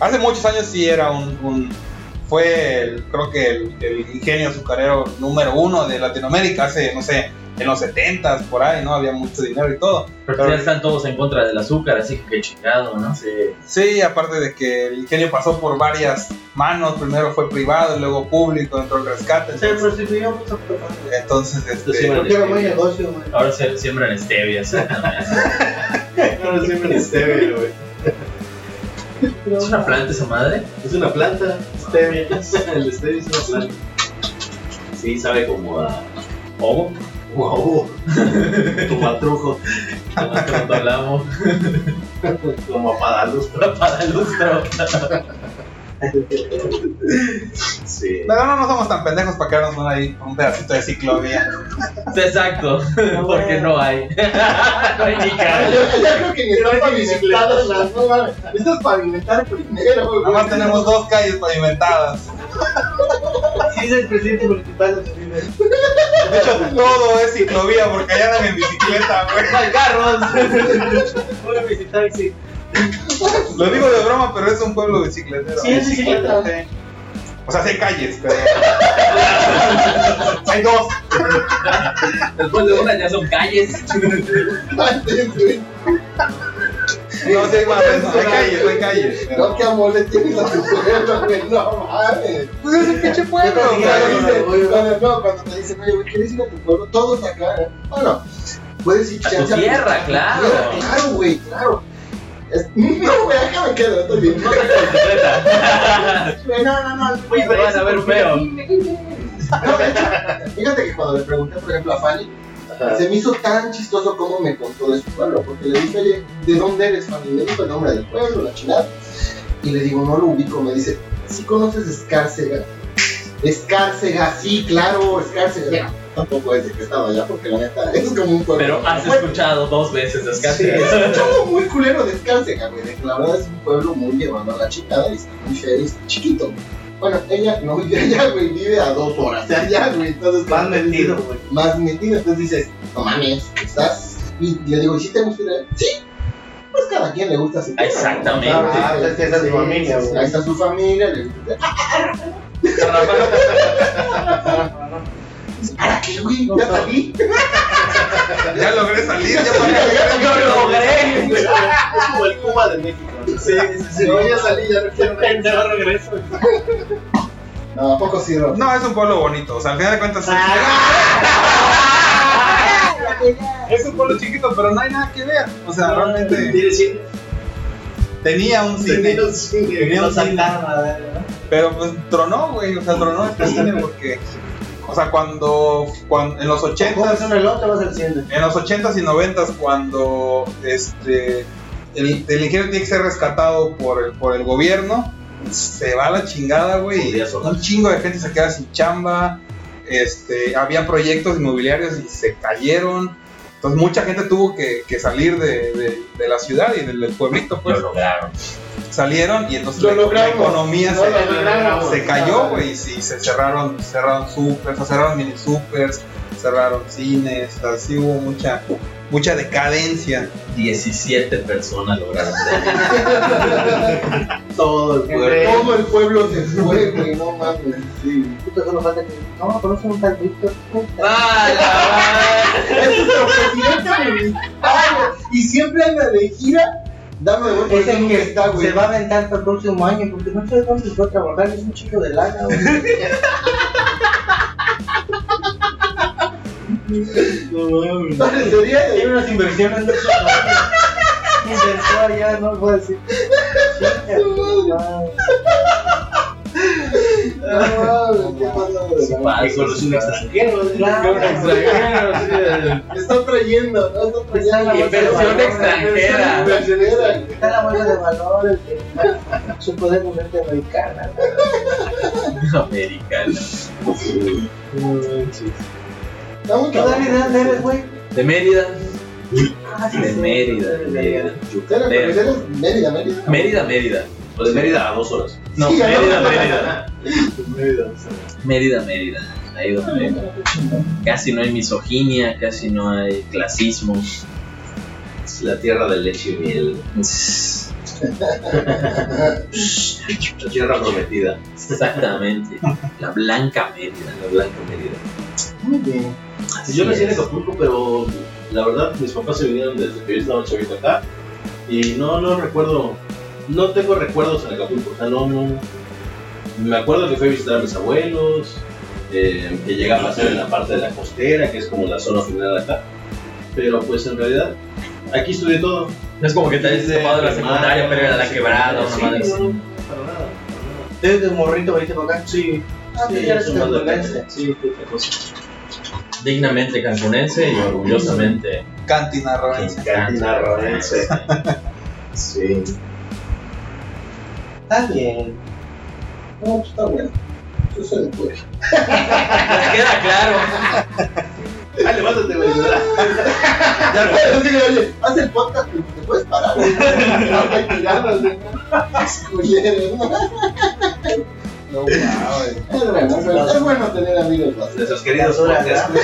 Hace muchos años sí era un. un- fue, el- creo que el, el ingenio azucarero número uno de Latinoamérica, hace, no sé, en los 70s, por ahí, ¿no? Había mucho dinero y todo. Pero ya están todos en contra del azúcar, así que qué chingado, ¿no? Sí. Sí, aparte de que el ingenio pasó por varias manos, primero fue privado, luego público, entró el rescate. Se Entonces, prostituyó, pues, a puta madre. entonces, Esto sí este, me Porque era buen lo negocio, güey. Ahora se siembran stevia, exactamente. No, siempre en stevia, güey. ¿Es una planta esa madre? Es una planta, stevia. El stevia es una planta. Sí, sabe como a ovo. Como a ovo. Como a trujo. Como es que no hablamos. Como a padalustro. Para el lustro. Sí. la verdad no somos tan pendejos para quedarnos con ahí con un pedacito de ciclovía. Sí, Exacto. Porque no hay. No hay ni Yo, calle. yo creo que ni están pavimentadas las no mames. Esto es pavimentar primero, güey. Nada más tenemos dos calles pavimentadas. Dice el presidente municipal de Tepito. De hecho, todo es ciclovía porque allá andan en bicicleta, güey. Una visitaxi. Lo digo de broma, pero es un pueblo bicicletero. Sí, es bicicleta. Sí. O sea, sí hay calles, pero. hay dos. Después de una ya son calles. Antes, güey. No, sí hay más, pero no, hay calles, hay calles. pero- No, qué amor le tienes a tu pueblo, güey. No mames. Pues es un pinche pueblo, Cuando güey. te dicen, cuando, no, cuando te dicen, oye, güey, ¿quieres ir a tu pueblo? Todos acá. Bueno, puedes ir A tu chance, tierra, tu claro. tierra, Claro, güey, claro. Es- No, güey, acá me quedo, estoy bien. No, No, no, no. Oye, pero van a ver feo. No, de hecho, fíjate que cuando le pregunté, por ejemplo, a Fanny, Ajá. se me hizo tan chistoso cómo me contó de su pueblo, porque le dije, oye, ¿de dónde eres, Fanny? Me dijo el nombre del pueblo, la chingada. Y le digo, no lo ubico, me dice, ¿sí conoces Escárcega? Escárcega, sí, claro, Escárcega. Mira, tampoco es de que estaba allá, porque la neta es como un pueblo. Pero has Bueno, escuchado dos veces Sí, Escárcega. es un chavo muy culero de Escárcega, güey. de que La verdad es un pueblo muy llevado a la chingada y está muy feo y está chiquito. güey. Bueno, ella no vive allá, güey, vive a dos horas de allá, güey. Entonces, Más cuando metido, dices- güey. Más metido, entonces dices, no mames, estás. Y le digo, ¿sí te gusta ir a-?" Sí, pues cada quien le gusta su pueblo, Exactamente. ¿no? Ah, pues, esa es su familia, sí, güey. Ahí está su familia, le gusta. ¿Para qué, güey? Ya salí. Ya logré salir, ya ¡Lo logré! Es como el Cuba de México. Sí, sí, sí. No, ya salí, ya no quiero. Pendejo regreso. No, ¿a poco sí, Rob? No, es un pueblo bonito, o sea, al final de cuentas. sí. Ah. Es un pueblo chiquito, pero no hay nada que ver. O sea, realmente Tiene cine. tenía un cine, Tiene un cine. Tenía No un cine. sacaron a ver. pero pues tronó, güey. O sea, tronó este cine porque, o sea, cuando, cuando en los Comes 80 un reloj, te vas al cine. en los 80s y 90s cuando este el, el ingeniero tiene que ser rescatado por el, por el gobierno, se va a la chingada, güey. y Podría sonar. Un chingo de gente se queda sin chamba. Este, había proyectos inmobiliarios y se cayeron. Entonces mucha gente tuvo que, que salir de, de- de la ciudad y del, del pueblito, pues. Lo lograron. Salieron y entonces Lo la, la logramos. economía No se, lo logramos. se cayó, güey. Y sí, se cerraron, cerraron supers, o cerraron mini supers, cerraron cines, o sea, sí hubo mucha, mucha decadencia. 17 personas lograron. Todo el pueblo. Todo el pueblo se fue, güey, no mames. Sí. Puta, solo falta que. No, conoce un tal Víctor. ¡Ah, Ese es nuestro presidente, güey. Ah, güey, Y siempre anda de gira, dame de vuelta. Es el nunca que está, güey. se va a aventar para el próximo año porque no sé dónde se va a trabajar. Es un chico de lana, güey. Parecería de- Tiene unas inversiones de Inversor, ya no puedo decir. Chinga, tu madre. No mames, qué pasado de la la- madre! Y conocí un extranjero. Inversión Está trayendo, ¿no? Está trayendo. Inversión extranjera. Inversionera. Está la bolsa de valores, güey. su poder moverte americana. Americana. Está muy ¿Qué edad cabrón. eres, güey? De Mérida. Ah, sí, De sí, Mérida. sí, De sí, Mérida. Pero, pero Yucatán. eres Mérida, Mérida. Mérida, Mérida. O de Pues Mérida a dos horas. No, Sí, ya no. Mérida, Mérida. Mérida, Mérida. Ahí donde casi no hay misoginia, casi no hay clasismo. Es la tierra de leche y miel. La tierra prometida. Exactamente. La blanca Mérida. La blanca Mérida. Muy bien. Así Yo nací en es. Acapulco, pero la verdad mis papás se vinieron desde que yo estaba chavito acá y no, no recuerdo, no tengo recuerdos en Acapulco, o sea, no, no. Me acuerdo que fui a visitar a mis abuelos, eh, que llega a pasar en la parte de la costera, que es como la zona final de acá, pero pues en realidad aquí estudié todo. No es como que te hayas escapado de la secundaria, pero era la quebrada, una Sí, madre no, así. no, para nada, para nada. Desde morrito veniste para acá. Sí, Ah, sí, sí, ya eres son más de acá. cancunense. Sí, fue otra cosa. Dignamente cancunense y orgullosamente Cantina Roense. cancunense. Sí. Está bien. No, pues, está bueno. Yo soy de Puebla. Queda claro. Ay, levántate, güey. Ya, pero sí, oye, haz el podcast pero te puedes parar. güey. No te tiraron, güey. Es culero, ¿no? No, wow, Es bueno, pero es bueno tener amigos más. Nuestros queridos Basura, podcasts. Sí,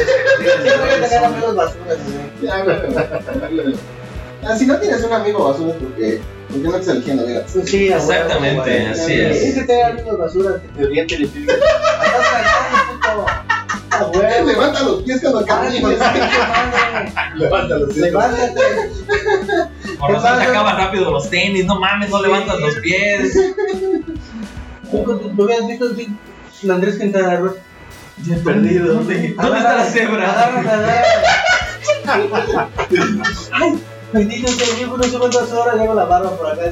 voy a sacar amigos basuras, güey. Ya, güey. Ah, Si no tienes un amigo basura, ¿por qué? ¿Por qué no te estás eligiendo? Mira, Pues sí, a huevo, Exactamente, güey. así es. Es que te hagan amigos basuras que te orienten y te digan, "Estás cagando, puto". A huevo. levanta los pies cuando caminas. Levanta los pies. Levántate. Por razón te acabas rápido los tenis, no mames, no levantas los pies. Tú con tu- ¿Lo habías visto sí, el Andrés Quintana Roo. Perdido. Ah, ¿Dónde está la cebra? Agarra, agarra. Bendito sea mi hijo, no sé cuántas horas llevo la barba por acá.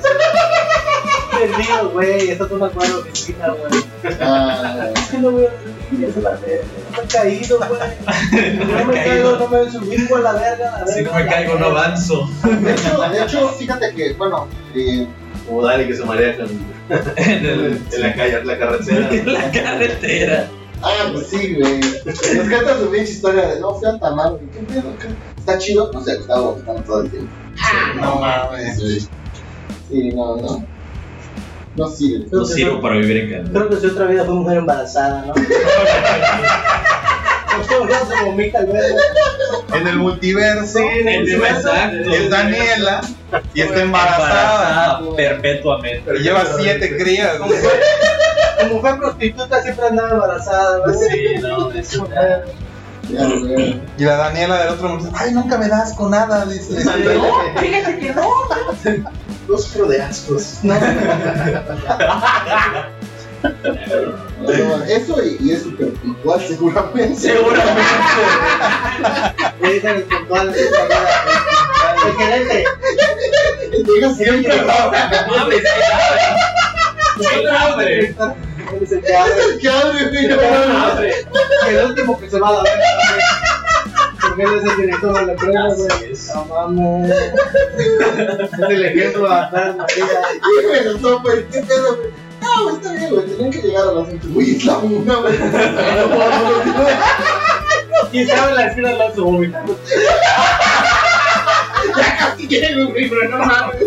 Perdido, güey. Está todo acuerdo de oficina, güey. Ah, Es que no voy a subir, es la verga. No me he caído, güey. No me caigo, no me voy a subir, güey, la verga, la verga. Si no me caigo, no avanzo. de, hecho, de hecho, fíjate que, bueno, eh, Como Dani que se marea con- en, el- en la calle, en la carretera. En la carretera. ah, pues sí, güey. Nos cuentan su pinche historia de no fui al tamal, güey. ¿Qué pedo? qué? ¿Está chido? No sé, está vomitando todo el tiempo. no mames, güey. Sí, no, no. No sirve. Creo No que sirvo su- para vivir en Canadá. Creo que su otra vida fue mujer embarazada, ¿no? Por todos lados se vomita el verga. En el multiverso, en el multiverso. Exacto. es Daniela y está embarazada. perpetuamente. Pero lleva siete crías. Como fue, como fue prostituta, siempre andaba embarazada, güey. Sí, no, es una- Ya, güey. Y la Daniela del otro mundo, ay, nunca me das con nada, dice. Dos pro de ascos. No. No, Eso y, y es súper puntual, seguramente. Seguramente. Le dicen el puntual de esta vida. El gerente. Llega siempre. No mames, qué hambre. Él es el que abre. ¿Qué abre, Qué güey? No, no, no. hambre. Y el último que se va a la verga, güey. Porque él es el director de la empresa, güey. No mames. Es el ejemplo a dar en la vida. Dime, no, no, güey, ¿qué pedo, güey? No, güey, está bien, güey, tenían que llegar a las 8. Güey, es la una, güey. ¿Quién sabe la esquina de la su vómito? Ya casi llego, güey, pero no mames.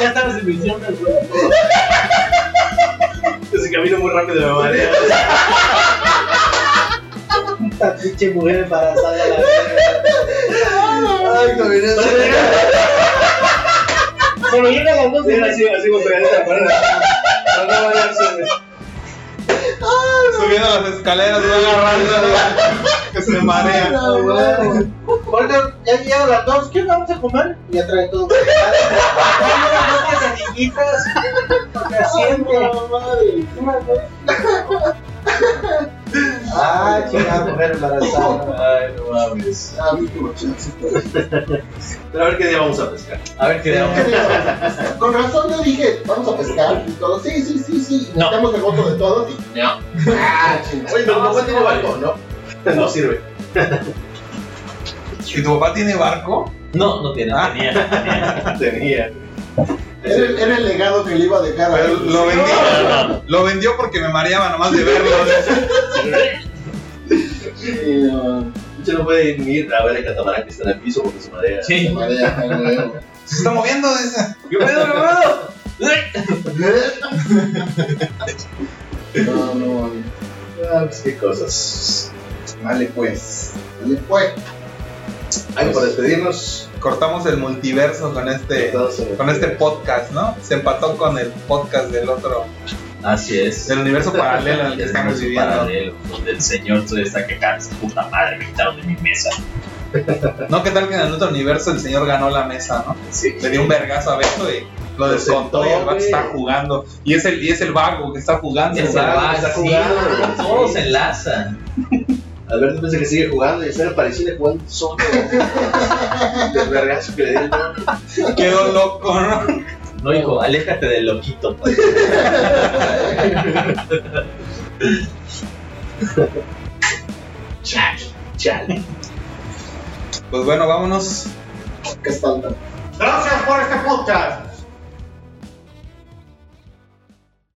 Ya sabes en misiones, güey. Si camino muy rápido me marea. Esta pinche mujer embarazada la verga. Ay, no, mira, Pero llega a las 12 de la Así, así con pegadita afuera. Para no marearse. Ah, Subiendo las escaleras, y agarrando, que se marea. no, güey. Oigan, ya llegaron las dos, ¿qué vamos a comer? Y ya trae todo. Unas noches amiguitas, porque siempre. Ah, chingada mujer embarazada. Ay, no mames. Ah, mi cochinazo, güey. Pero a ver qué día vamos a pescar. A ver qué día vamos a Con razón yo dije, vamos a pescar y todo. Sí, sí, sí, sí. No. Tenemos el voto de todos y. No. Ah, chingada. Oye, pero mi papá tiene barco, ¿no? No sirve. ¿Y tu papá tiene barco? No, no tiene. Ah. tenía, tenía. Tenía. Era el, era el legado que le iba a dejar a Pero él. lo vendió, lo vendió porque me mareaba nomás de verlo. Sí, no, Yo no puede ir a ver el catamarán que está en el piso porque se marea. se Sí. marea, güey. Se está moviendo, dice. ¿Qué pedo, qué No, pedo? no, Ah, pues qué cosas. vale pues. Vale pues. Ay, por despedirnos. eh, Cortamos el multiverso con este, estamos en el- con este podcast, ¿no? Se empató con el podcast del otro, Así es. del universo paralelo en el que El estamos universo viviendo. paralelo, donde el señor todavía está que cagas, puta madre, me quitaron de mi mesa. No, ¿qué tal que en el otro universo el señor ganó la mesa, no? Sí. Le dio un vergazo a Beto y lo Lo descontó sentó, y el vato güey. está jugando. Y es el, y es el vago que está jugando. Es el ¿verdad? bar, está sí, jugando, güey, güey. todos se enlazan. Alberto piensa que sigue jugando y está apareciendo jugando solo. El vergazo que le dio el mono. Quedó loco, ¿no? No, hijo, aléjate del loquito. pues. Chale, chale. Pues bueno, vámonos. Que espanta. Gracias por este podcast.